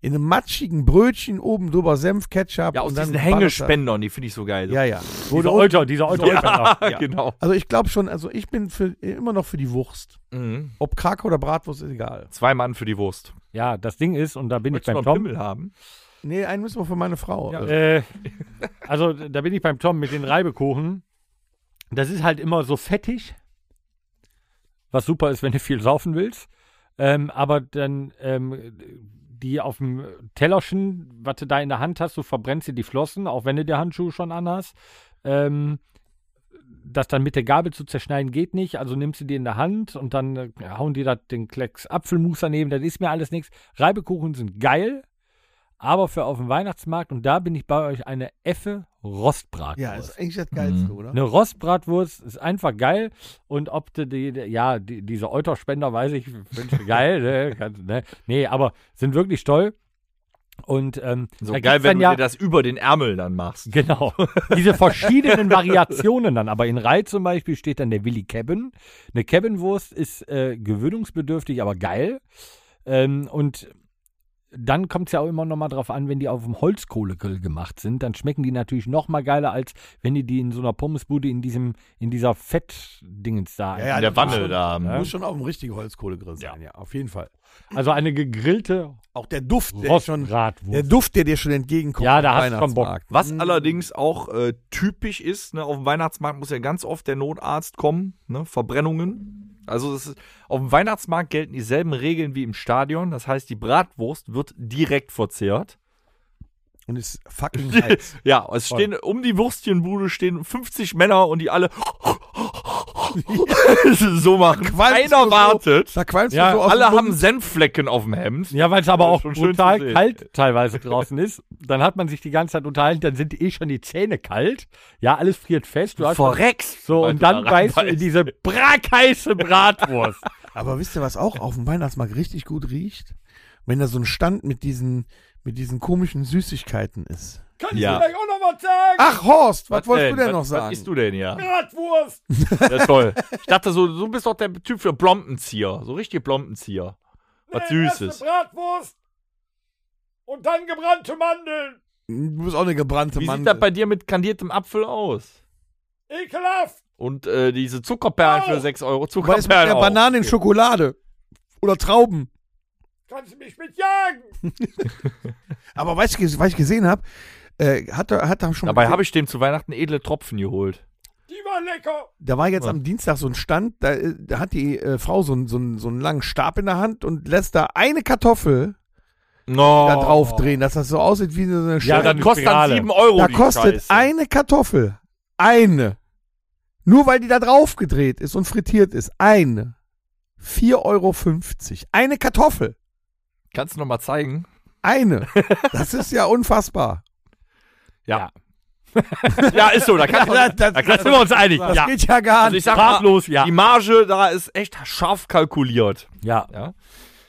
In einem matschigen Brötchen oben drüber Senf, Ketchup. Ja, aus und dann diesen ballert das. Hängespändern, die finde ich so geil. Ja, ja. Dieser Olter, dieser Olter. Olter ja, genau. Also ich glaube schon, also ich bin für, immer noch für die Wurst. Mhm. Ob Krakau oder Bratwurst ist egal. Zwei Mann für die Wurst. ja, das Ding ist, und da bin Möchtest du ich noch beim Tom. einen Pimmel haben? Nee, einen müssen wir für meine Frau. Ja. Äh, Äh, also da bin ich beim Tom mit den Reibekuchen. Das ist halt immer so fettig, was super ist, wenn du viel saufen willst. Ähm, aber dann ähm, die auf dem Tellerchen, was du da in der Hand hast, du verbrennst dir die Flossen, auch wenn du dir Handschuhe schon anhast. Ähm, das dann mit der Gabel zu zerschneiden geht nicht, also nimmst du die in der Hand und dann äh, hauen die da den Klecks Apfelmus daneben, das ist mir alles nichts. Reibekuchen sind geil, aber für auf dem Weihnachtsmarkt, und da bin ich bei euch, eine Effe Rostbratwurst. ja, also ist eigentlich das Geilste, oder? Eine Rostbratwurst ist einfach geil. Und ob du die, die- ja, die, diese Euterspender, weiß ich, finde ich geil. Ne? Kannst- ne? Nee, aber sind wirklich toll. Und ähm, So da geil, gibt's dann wenn ja, du dir das über den Ärmel dann machst. Genau. Diese verschiedenen Variationen dann. Aber in Rei zum Beispiel steht dann der Willy Cabin. Eine Cabin-Wurst ist äh, gewöhnungsbedürftig, aber geil. Ähm, und dann kommt es ja auch immer noch mal drauf an, wenn die auf dem Holzkohlegrill gemacht sind, dann schmecken die natürlich noch mal geiler, als wenn die die in so einer Pommesbude in diesem, in dieser Fettdingens da. Ja, In der das muss Wanne schon- da. ne? Muss schon auf dem richtigen Holzkohlegrill sein, ja. auf jeden Fall. Also eine gegrillte Auch der Duft, der, schon, der Rostbratwurst. Duft, der dir schon entgegenkommt. Ja, da am hast du schon Bock. Weihnachtsmarkt. Mhm. Was allerdings auch äh, typisch ist, ne, auf dem Weihnachtsmarkt muss ja ganz oft der Notarzt kommen, ne, Verbrennungen. Also das ist, auf dem Weihnachtsmarkt gelten dieselben Regeln wie im Stadion. Das heißt, die Bratwurst wird direkt verzehrt. Und ist fucking heiß. Ja, es stehen um die Würstchenbude stehen 50 Männer und die alle so machen. Qualmst du Keiner so- wartet. Da qualmst Ja, du so aus alle dem Mund. haben Senfflecken auf dem Hemd. Ja, weil es aber Das ist auch schon schön zu brutal sehen. kalt teilweise draußen ist. Dann hat man sich die ganze Zeit unterhalten, dann sind eh schon die Zähne kalt. Ja, alles friert fest. Du hast Verreckst. so, weil und du dann da beißt du in reinbeißt. diese brackheiße Bratwurst. Aber wisst ihr, was auch auf dem Weihnachtsmarkt richtig gut riecht? Wenn da so ein Stand mit diesen, mit diesen komischen Süßigkeiten ist. Kann Ja. vielleicht auch nochmal sagen? Ach, Horst, was, wolltest du denn? denn noch was, sagen? Was isst du denn, ja? Bratwurst! Ja, toll. Ich dachte so, du bist doch der Typ für Blompenzieher. So richtig Blompenzieher. Was Süßes. Bratwurst! Und dann gebrannte Mandeln! Du bist auch eine gebrannte Wie Mann. sieht das bei dir mit kandiertem Apfel aus? Ekelhaft! Und äh, diese Zuckerperlen für 6 Euro. Was ist mit Zuckerperlen der auch. Banane in Schokolade? Oder Trauben? Kannst du mich mit jagen? Aber was ich, was ich gesehen habe, äh, hat, er- hat er schon Dabei gesehen- habe ich dem zu Weihnachten edle Tropfen geholt. Die war lecker! Da war jetzt am Dienstag so ein Stand, da, äh, da hat die äh, Frau so, einen- so, einen- so einen langen Stab in der Hand und lässt da eine Kartoffel No. da draufdrehen, dass das so aussieht wie so eine Ja, Oh. Ja, Scheibe. dann kostet dann Spirale. 7 Euro Da die kostet Scheiße. eine Kartoffel. Eine. Nur weil die da drauf gedreht ist und frittiert ist. Eine. 4,50 Euro. Eine Kartoffel. Kannst du noch mal zeigen? Eine. Das ist ja unfassbar. Ja. Ja, ist so. Da, kann, Ja, da, das- Da sind wir uns einig. Das Ja. geht ja gar also ich nicht. sag mal, Farblos, ja. die Marge da ist echt scharf kalkuliert. Ja. Ja.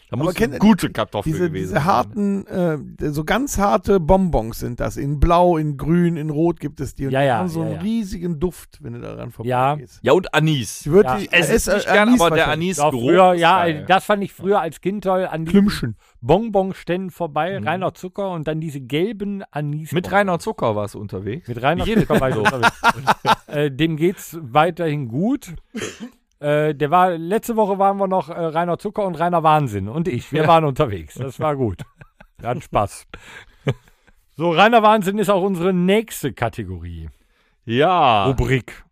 Da muss kennt ihr gute Kartoffel Diese, gewesen diese harten, äh, so ganz harte Bonbons sind das. In Blau, in Grün, in Rot gibt es die. Und Ja, die ja, haben so ja, einen ja. riesigen Duft, wenn du daran Ja. vorbeigehst. Ja, und Anis. Die wird- Ja. die- Es ist äh, nicht gern, Anis aber der wahrscheinlich. Anis Ja, Geruch früher, ist ja, also geil. das fand ich früher als Kind toll. An diesen Klümpchen. Bonbonständen vorbei, reiner Zucker und dann diese gelben Anis. Mhm. Mit reiner Zucker warst du unterwegs. Mit reiner Jede- Zucker war ich so. unterwegs. äh, Dem geht's weiterhin gut. Äh, der war, letzte Woche waren wir noch äh, reiner Zucker und reiner Wahnsinn und ich. Wir waren unterwegs. Das war gut. Wir hatten Spaß. So, reiner Wahnsinn ist auch unsere nächste Kategorie. Ah. Ja. Rubrik.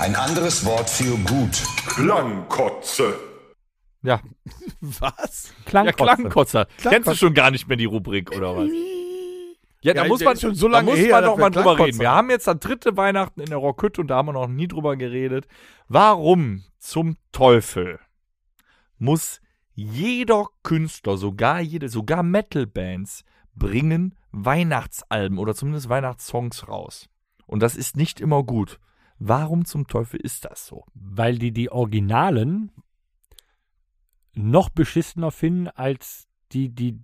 Ein anderes Wort für gut. Klangkotze. Ja, Was? ja Klangkotze. Klangkotzer. Kennst du schon gar nicht mehr die Rubrik oder was? Ja, da Ja, muss der man, ist schon so lange da muss her, man dass doch wir mal drüber Klangkotzer reden. Wir haben jetzt das dritte Weihnachten in der Rockhütte und da haben wir noch nie drüber geredet. Warum zum Teufel muss jeder Künstler, sogar jede, sogar Metal-Bands, bringen Weihnachtsalben oder zumindest Weihnachtssongs raus? Und das ist nicht immer gut. Warum zum Teufel ist das so? Weil die die Originalen noch beschissener finden als die, die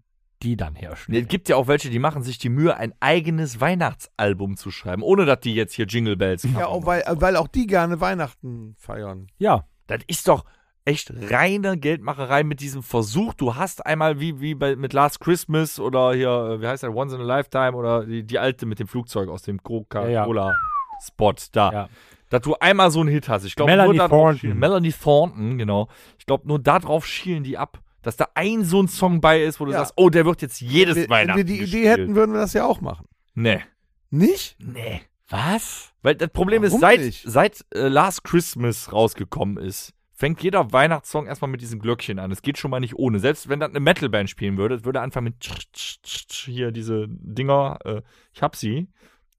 die dann herstellen. Es gibt ja auch welche, die machen sich die Mühe, ein eigenes Weihnachtsalbum zu schreiben, ohne dass die jetzt hier Jingle Bells machen. Ja, oh, auch weil, weil auch die gerne Weihnachten feiern. Ja, Das ist doch echt reine Geldmacherei mit diesem Versuch. Du hast einmal wie, wie bei, mit Last Christmas oder hier, äh, wie heißt der, Once in a Lifetime oder die, die alte mit dem Flugzeug aus dem Ja, Coca-Cola-Spot da. Ja. Dass du einmal so einen Hit hast. Ich glaube, nur Melanie darauf Thornton. schielen- Melanie Thornton, genau. Ich glaube, nur darauf schielen die ab. Dass da ein so ein Song bei ist, wo du Ja. sagst, oh, der wird jetzt jedes Wenn wir- Weihnachten. Wenn wir die gespielt. Idee hätten, würden wir das ja auch machen. Nee. Nicht? Nee. was? Weil das Problem ist, Warum seit, nicht? seit äh, Last Christmas rausgekommen ist, fängt jeder Weihnachtssong erstmal mit diesem Glöckchen an. Es geht schon mal nicht ohne. Selbst wenn das eine Metalband spielen würde, es würde anfangen mit tsch, tsch, tsch, tsch, hier diese Dinger. Äh, ich hab sie.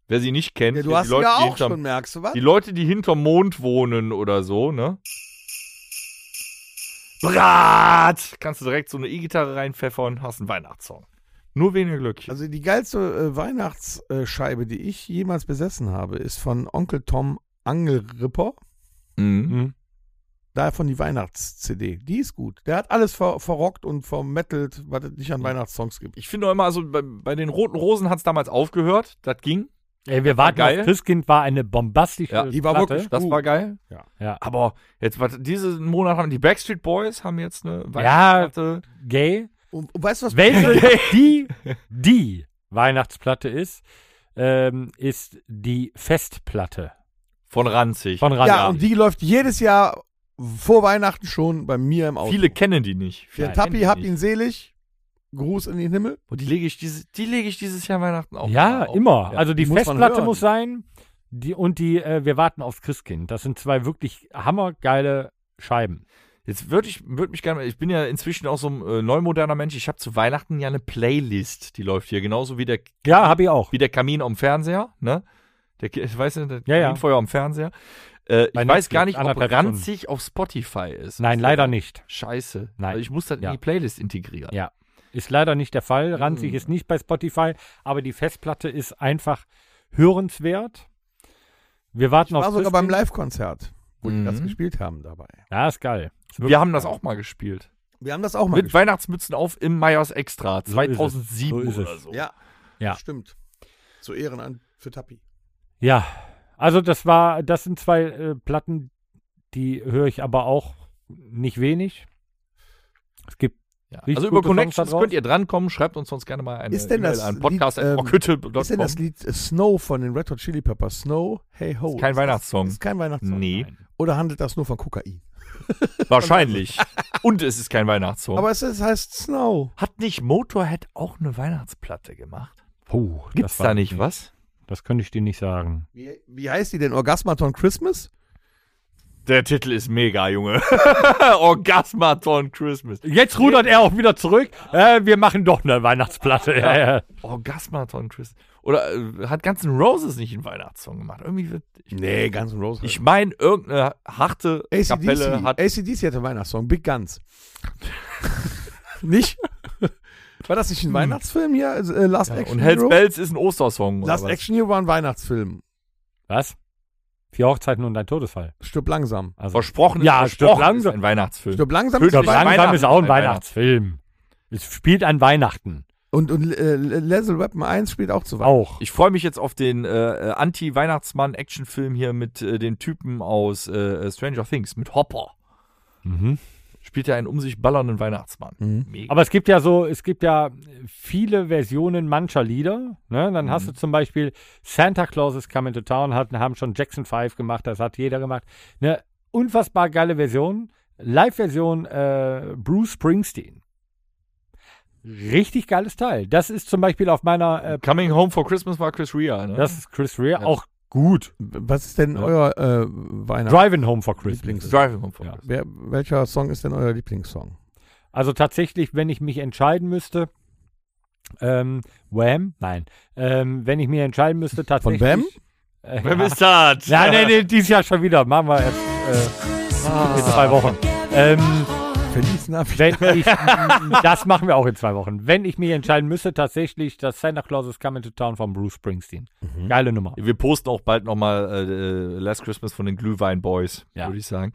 Wer sie nicht kennt, Ja, du hier hast die Leute, ja die auch hinterm, schon, merkst du was? die Leute, die hinterm Mond wohnen oder so, ne? Brat! Kannst du direkt so eine E-Gitarre reinpfeffern, hast einen Weihnachtssong. Nur wenige Glöckchen. Also die geilste äh, Weihnachtsscheibe, die ich jemals besessen habe, ist von Onkel Tom Angelripper. mhm. Davon die Weihnachts-CD. Die ist gut. Der hat alles ver verrockt und vermettelt, was es nicht an Weihnachtssongs gibt. Ich finde auch immer, also bei, bei den Roten Rosen hat es damals aufgehört. Das ging. Ey, wir warten geil. auf Christkind war eine bombastische Ja, die war Platte. wirklich- Das Uh. war geil. Ja. Aber jetzt, was, diesen Monat haben die Backstreet Boys haben jetzt eine Weihnachtsplatte. gay. Und, und weißt du was? Welche die, die Weihnachtsplatte ist, ähm, ist die Festplatte von Ranzig. von Ranzig. ja, und die läuft jedes Jahr vor Weihnachten schon bei mir im Auto. Viele kennen die nicht. Viele Der Tappi, kennen die habt nicht. ihn selig. Gruß in den Himmel. Und die lege ich dieses, die lege ich dieses Jahr Weihnachten auf. ja, auf. immer. Ja. also die, die muss man Festplatte hören. muss sein die, und die äh, Wir warten aufs Christkind. Das sind zwei wirklich hammergeile Scheiben. Jetzt würde ich würd mich gerne, ich bin ja inzwischen auch so ein äh, neumoderner Mensch. Ich habe zu Weihnachten ja eine Playlist, die läuft hier genauso wie der Ja, habe ich auch. wie der Kamin am Fernseher, ne? Der, Ki- ich weiß nicht, das Ja, ja. Kaminfeuer am Fernseher. Äh, ich Bei weiß Netflix, gar nicht, ob anderthalb Stunden. Ranzig auf Spotify ist. Nein, Ist leider das- nicht. Scheiße. Nein. Also ich muss das Ja. in die Playlist integrieren. Ja. Ist leider nicht der Fall. Mhm. Ranzig ist nicht bei Spotify, aber die Festplatte ist einfach hörenswert. Wir warten Ich aufs war sogar beim Christkind. Live-Konzert, wo die Mhm. das gespielt haben dabei. Ja, ist geil. Ist wirklich Wir haben das auch mal gespielt. Wir haben das auch mal Mit gespielt. Weihnachtsmützen auf im Meyers Extra So ist es. 2007 So ist oder es. so. Ja. Ja. Stimmt. Zu Ehren an für Tappi. Ja, also das war, das sind zwei äh, Platten, die höre ich aber auch nicht wenig. Es gibt Ja. Richtig Also über gute Songs Connections da drauf. könnt ihr drankommen. Schreibt uns sonst gerne mal eine Ist denn E-Mail das an podcast Lied, ähm, rockhütte.com. Ist denn das Lied äh, Snow von den Red Hot Chili Peppers? Snow, hey ho. Ist Oh, kein Ist das- Weihnachtssong. Ist kein Weihnachtssong. Nee, Oder handelt das nur von Kokain? wahrscheinlich. Und es ist kein Weihnachtssong. Aber es ist, heißt Snow. hat nicht Motorhead auch eine Weihnachtsplatte gemacht? Puh, das Gibt's weiß da ich nicht was? Das könnte ich dir nicht sagen. Wie, wie heißt die denn? Orgasmaton Christmas? Der Titel ist mega, Junge. Orgasmaton Christmas. Jetzt rudert er auch wieder zurück. Äh, wir machen doch eine Weihnachtsplatte. Ja, ja. Orgasmaton Christmas. Oder äh, hat ganzen Roses nicht einen Weihnachtssong gemacht? Irgendwie wird. Ich, Nee, Guns N' Roses. ich meine, irgendeine harte Kapelle ACDC hat. ACDC hatte einen Weihnachtssong, Big Guns. nicht? War das nicht ein Weihnachtsfilm hier? Also, äh, Last Action Hm. Und Hells Hero? Bells ist ein Ostersong. oder Last was? Action Hero war ein Weihnachtsfilm. Was? Vier Hochzeiten und ein Todesfall. Stirb langsam. Also, Versprochen, Ja, ist, versprochen ist langsam. ein Weihnachtsfilm. Stirb langsam. Stirb Stirb Weihnachten. langsam ist auch ein Ein Weihnachts- Weihnachtsfilm. Es spielt an Weihnachten. Und, und äh, Lesel Weapon 1 spielt auch zu Weihnachten. Auch. Ich freue mich jetzt auf den äh, äh, Anti-Weihnachtsmann-Actionfilm hier mit äh, den Typen aus äh, äh, Stranger Things, mit Hopper. Mhm. Spielt er einen um sich ballernden Weihnachtsmann. Mhm. Mega. Aber es gibt ja so, es gibt ja viele Versionen mancher Lieder. Ne? Dann hast du zum Beispiel Santa Claus is Coming to Town, hat, haben schon Jackson 5 gemacht, das hat jeder gemacht. Eine unfassbar geile Version. Live-Version äh, Bruce Springsteen. Richtig geiles Teil. Das ist zum Beispiel auf meiner, äh, Coming Home for Christmas war Chris Rea, ne? das ist Chris Rea, auch gut. Was ist denn euer äh, Weihnachts... Driving Home for Christmas. Lieblings- Driving Home for Ja. Christmas. Wer, welcher Song ist denn euer Lieblingssong? Also tatsächlich, wenn ich mich entscheiden müsste, ähm, Wham? Nein. Ähm, wenn ich mich entscheiden müsste, Von tatsächlich. Bam? Äh, Wer ja. ist das? Nein, nein, nein, dieses Jahr schon wieder. Machen wir erst äh, in zwei Wochen. Ähm, Feliz Navidad. wenn ich, das machen wir auch in zwei Wochen. Wenn ich mich entscheiden müsste, tatsächlich das Santa Claus is Coming to Town von Bruce Springsteen. Geile Nummer. Wir posten auch bald nochmal äh, Last Christmas von den Glühwein Boys, Ja. würde ich sagen.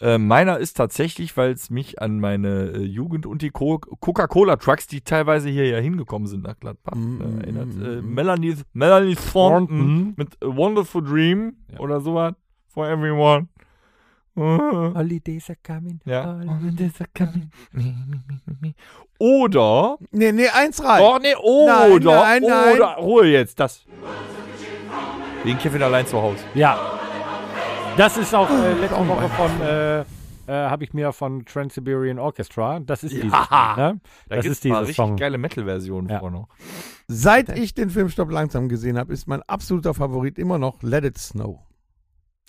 Äh, meiner ist tatsächlich, weil es mich an meine äh, Jugend und die Co Coca-Cola-Trucks, die teilweise hier ja hingekommen sind nach Gladbach, äh, erinnert. Äh, Melanie, Melanie Thornton Thornton. mit A Wonderful Dream oder sowas. For everyone. Äh, Holidays are coming. Ja. Oder. Nee, nee, eins rein. Oh, nee, oder. Nein, nein, nein. Oder. Ruhe jetzt, das. Wegen Kevin allein zu Hause. Ja. Das ist auch äh, Oh, letzte Woche von, äh, äh, habe ich mir von Trans-Siberian Orchestra. Das ist dieses. Ne? Da Das gibt's ist mal dieses richtig Song. geile Metal-Version Ja. vorne. Seit ich den Film Stopp langsam gesehen habe, ist mein absoluter Favorit immer noch Let It Snow.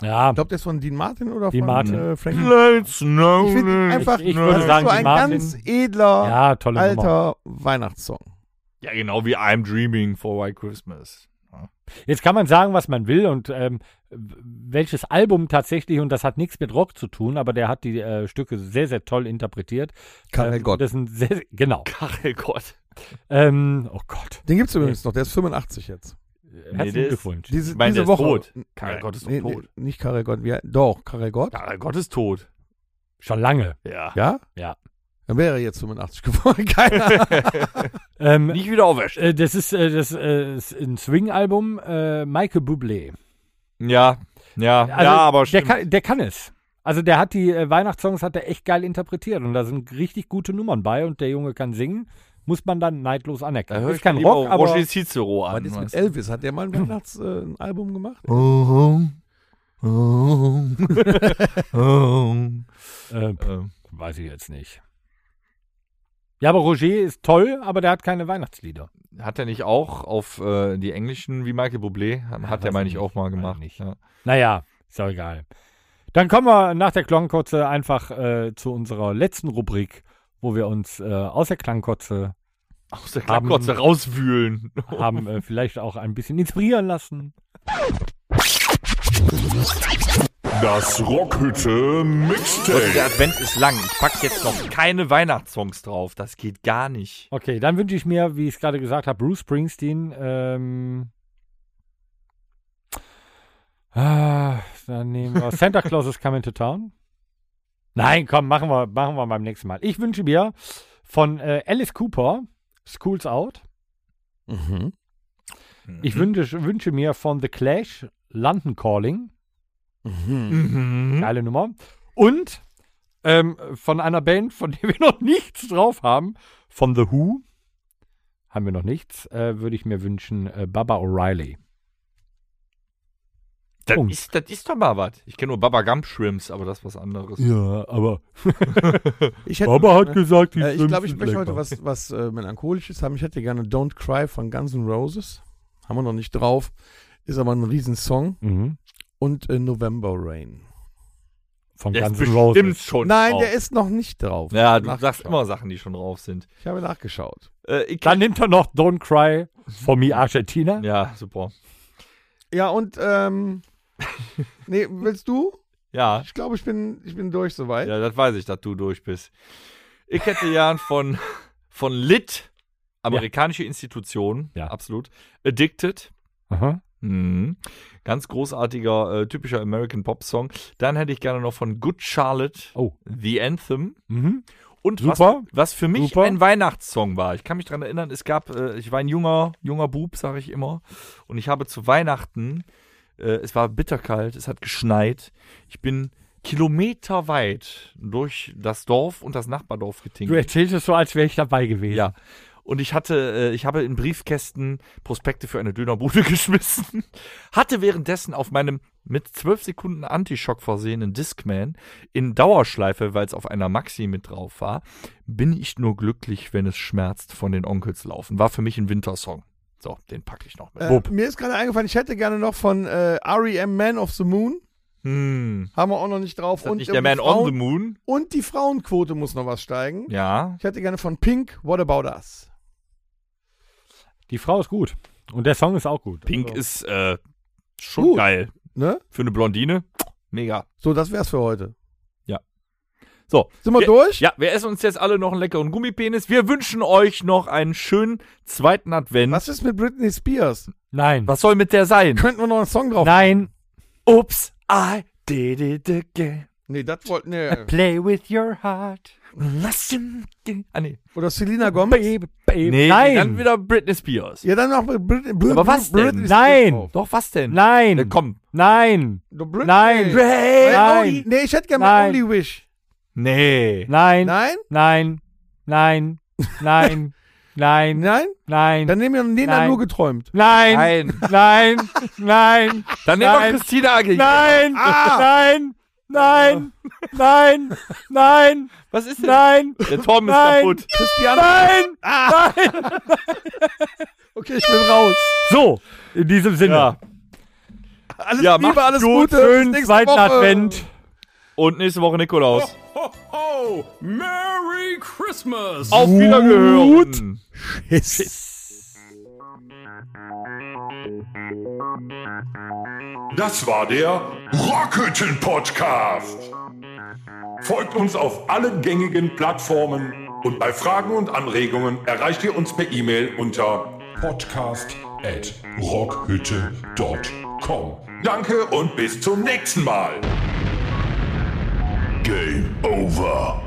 Ja, Ich glaube, der ist von Dean Martin oder Dean von Martin. Äh, Frank Let's know. Ich finde ihn einfach, Ich- ich das würde ist sagen, so Dean ein Martin. ganz edler, ja tolle Nummer. alter Weihnachtssong. ja, genau wie I'm Dreaming for White Christmas. Jetzt kann man sagen, was man will und ähm, welches Album tatsächlich, und das hat nichts mit Rock zu tun, aber der hat die äh, Stücke sehr, sehr toll interpretiert. Karel ähm, Gott. Das sind sehr, sehr- genau. Karel Gott. Ähm, oh Gott. Den gibt es übrigens noch, der ist 85 jetzt. Herzlichen der ist- Glückwunsch. Diese, Ich meine, diese der ist Woche. tot. Karel Gott ist doch Nee, tot. nee, nicht Karel Gott, wie, doch, Karel Gott. Karel Gott ist tot. Schon lange. Ja. Ja? Ja. Dann wäre er jetzt 85 geworden, keine Ahnung. Ähm, Nicht wieder auferstehen. äh, das ist, äh, das äh, ist ein Swing-Album, äh, Michael Bublé. Ja. Ja, Also, ja, aber der stimmt. kann, der kann es. Also der hat die äh, Weihnachtssongs hat er echt geil interpretiert und da sind richtig gute Nummern bei und der Junge kann singen, muss man dann neidlos da anerkennen. höre Ist ich mir kein lieber Rock, aber Roger Cicero Was an. ist mit weißt Elvis? Hat der mal ein Weihnachtsalbum äh, ein Album gemacht? du. äh, Ähm, weiß ich jetzt nicht. Ja, aber Roger ist toll, aber der hat keine Weihnachtslieder. Hat er nicht auch auf äh, die englischen, wie Michael Bublé, hat, hat er, weiß meine ich ich, nicht, auch mal weiß ich gemacht. nicht. Ja. Naja, ist auch egal. Dann kommen wir nach der Klangkotze einfach äh, zu unserer letzten Rubrik, wo wir uns äh, aus der Klangkotze Aus der Haben- Klangkotze rauswühlen. haben äh, vielleicht auch ein bisschen inspirieren lassen. Das Rockhütte Mixtape. Der Advent ist lang. Ich pack jetzt noch keine Weihnachtssongs drauf. Das geht gar nicht. Okay, dann wünsche ich mir, wie ich es gerade gesagt habe, Bruce Springsteen. Ähm, ah, dann nehmen wir Santa Claus is Coming to Town. Nein, komm, machen wir, machen wir beim nächsten Mal. Ich wünsche mir von äh, Alice Cooper School's Out. Mhm. Ich wünsche, wünsche mir von The Clash London Calling. Mhm. Geile Nummer. Und ähm, von einer Band, von der wir noch nichts drauf haben, von The Who, haben wir noch nichts, äh, würde ich mir wünschen, äh, Baba O'Reilly. Das, Punkt. ist, das ist doch mal was. Ich kenne nur Baba Gump Shrimps, aber das ist was anderes. Ja, aber Ich hätte, Baba hat gesagt, die äh, ich Shrimps glaube, ich sind möchte heute lecker. was, was äh, Melancholisches haben. Ich hätte gerne Don't Cry von Guns N' Roses. Haben wir noch nicht drauf. Ist aber ein Riesensong. Mhm. Und äh, November Rain. Von Der ist Guns N' Roses. bestimmt schon Nein, drauf. der ist noch nicht drauf. Ja, du Nachgeschaut. sagst immer Sachen, die schon drauf sind. Ich habe nachgeschaut. Äh, ich Dann nimmt er noch Don't Cry for Me Argentina. ja, super. Ja, und ähm. nee, willst du? Ja, Ich glaube, ich bin, ich bin durch soweit. ja, das weiß ich, dass du durch bist. Ich hätte ja von, von Lit, amerikanische Institution, Ja. absolut. Addicted, Aha. mhm. ganz großartiger, äh, typischer American Pop Song. Dann hätte ich gerne noch von Good Charlotte, Oh. The Anthem. Mhm. Und Super. Was, was für mich Super. ein Weihnachtssong war. Ich kann mich daran erinnern, es gab, äh, ich war ein junger, junger Bub, sage ich immer. Und ich habe zu Weihnachten, äh, es war bitterkalt, es hat geschneit. Ich bin kilometerweit durch das Dorf und das Nachbardorf Du getingelt. erzählst es so, als wäre ich dabei gewesen. Ja. Und ich hatte, äh, ich habe in Briefkästen Prospekte für eine Dönerbude geschmissen, hatte währenddessen auf meinem mit 12 Sekunden Antischock versehenen Discman in Dauerschleife, weil es auf einer Maxi mit drauf war, bin ich nur glücklich, wenn es schmerzt von den Onkels laufen. War für mich ein Wintersong. So, den packe ich noch mit. Äh, mir ist gerade eingefallen, ich hätte gerne noch von äh, REM Man of the Moon. Hm. Haben wir auch noch nicht drauf. Ist das Und, nicht ähm, der Man Frauen on the Moon? und die Frauenquote muss noch was steigen. Ja. Ich hätte gerne von Pink, What About Us? Die Frau ist gut. Und der Song ist auch gut. Pink Also, ist äh, schon Genau. Gut. geil. Ne? Für eine Blondine. Mega. So, das wär's für heute. Ja. So. Sind wir Ja, durch? Ja, wir essen uns jetzt alle noch einen leckeren Gummipenis. Wir wünschen euch noch einen schönen zweiten Advent. Was ist mit Britney Spears? Nein. Was soll mit der sein? Könnten wir noch einen Song drauf? Nein. Ups, Ah, I did it again. Nee, das wollte. Nee. Play with your heart. Lass ihn- Ah, nee. Oder Selena Gomez? Baby, baby. nee, dann Nein. wieder Britney Spears. Ja, dann noch mit Britney. Britney Aber was denn? Britney Nein. Spears drauf. Doch, was denn? Nein. Na, komm. Nein. Doch, Britney. Nein. Nein. Nein. Nee, ich hätte gerne Nein. mal Only Wish. Nee. Nein. Nein? Nein. Nein. Nein. Nein. Nein? Nein. Dann nehmen wir den Nein. dann nur geträumt. Nein. Nein. Nein. Nein. Dann nehmen wir Nein. Christina Aguilera. Nein. Nein. Nein. Nein. Nein. Was ist denn? Nein. Der Torben ist Nein. kaputt. Nein. Nein. Okay, ich bin raus. So, in diesem Sinne. Ja. Alles Ja, Liebe, macht's alles gut. Gute. bis Schönen nächste zweiten Woche. Advent. Und nächste Woche Nikolaus. Ho, ho, Merry Christmas! Auf Wiedergehören. Tschüss. Das war der Rockhütten Podcast. Folgt uns auf allen gängigen Plattformen und bei Fragen und Anregungen erreicht ihr uns per E-Mail unter podcast@rockhütte.com. Danke und bis zum nächsten Mal. Game over.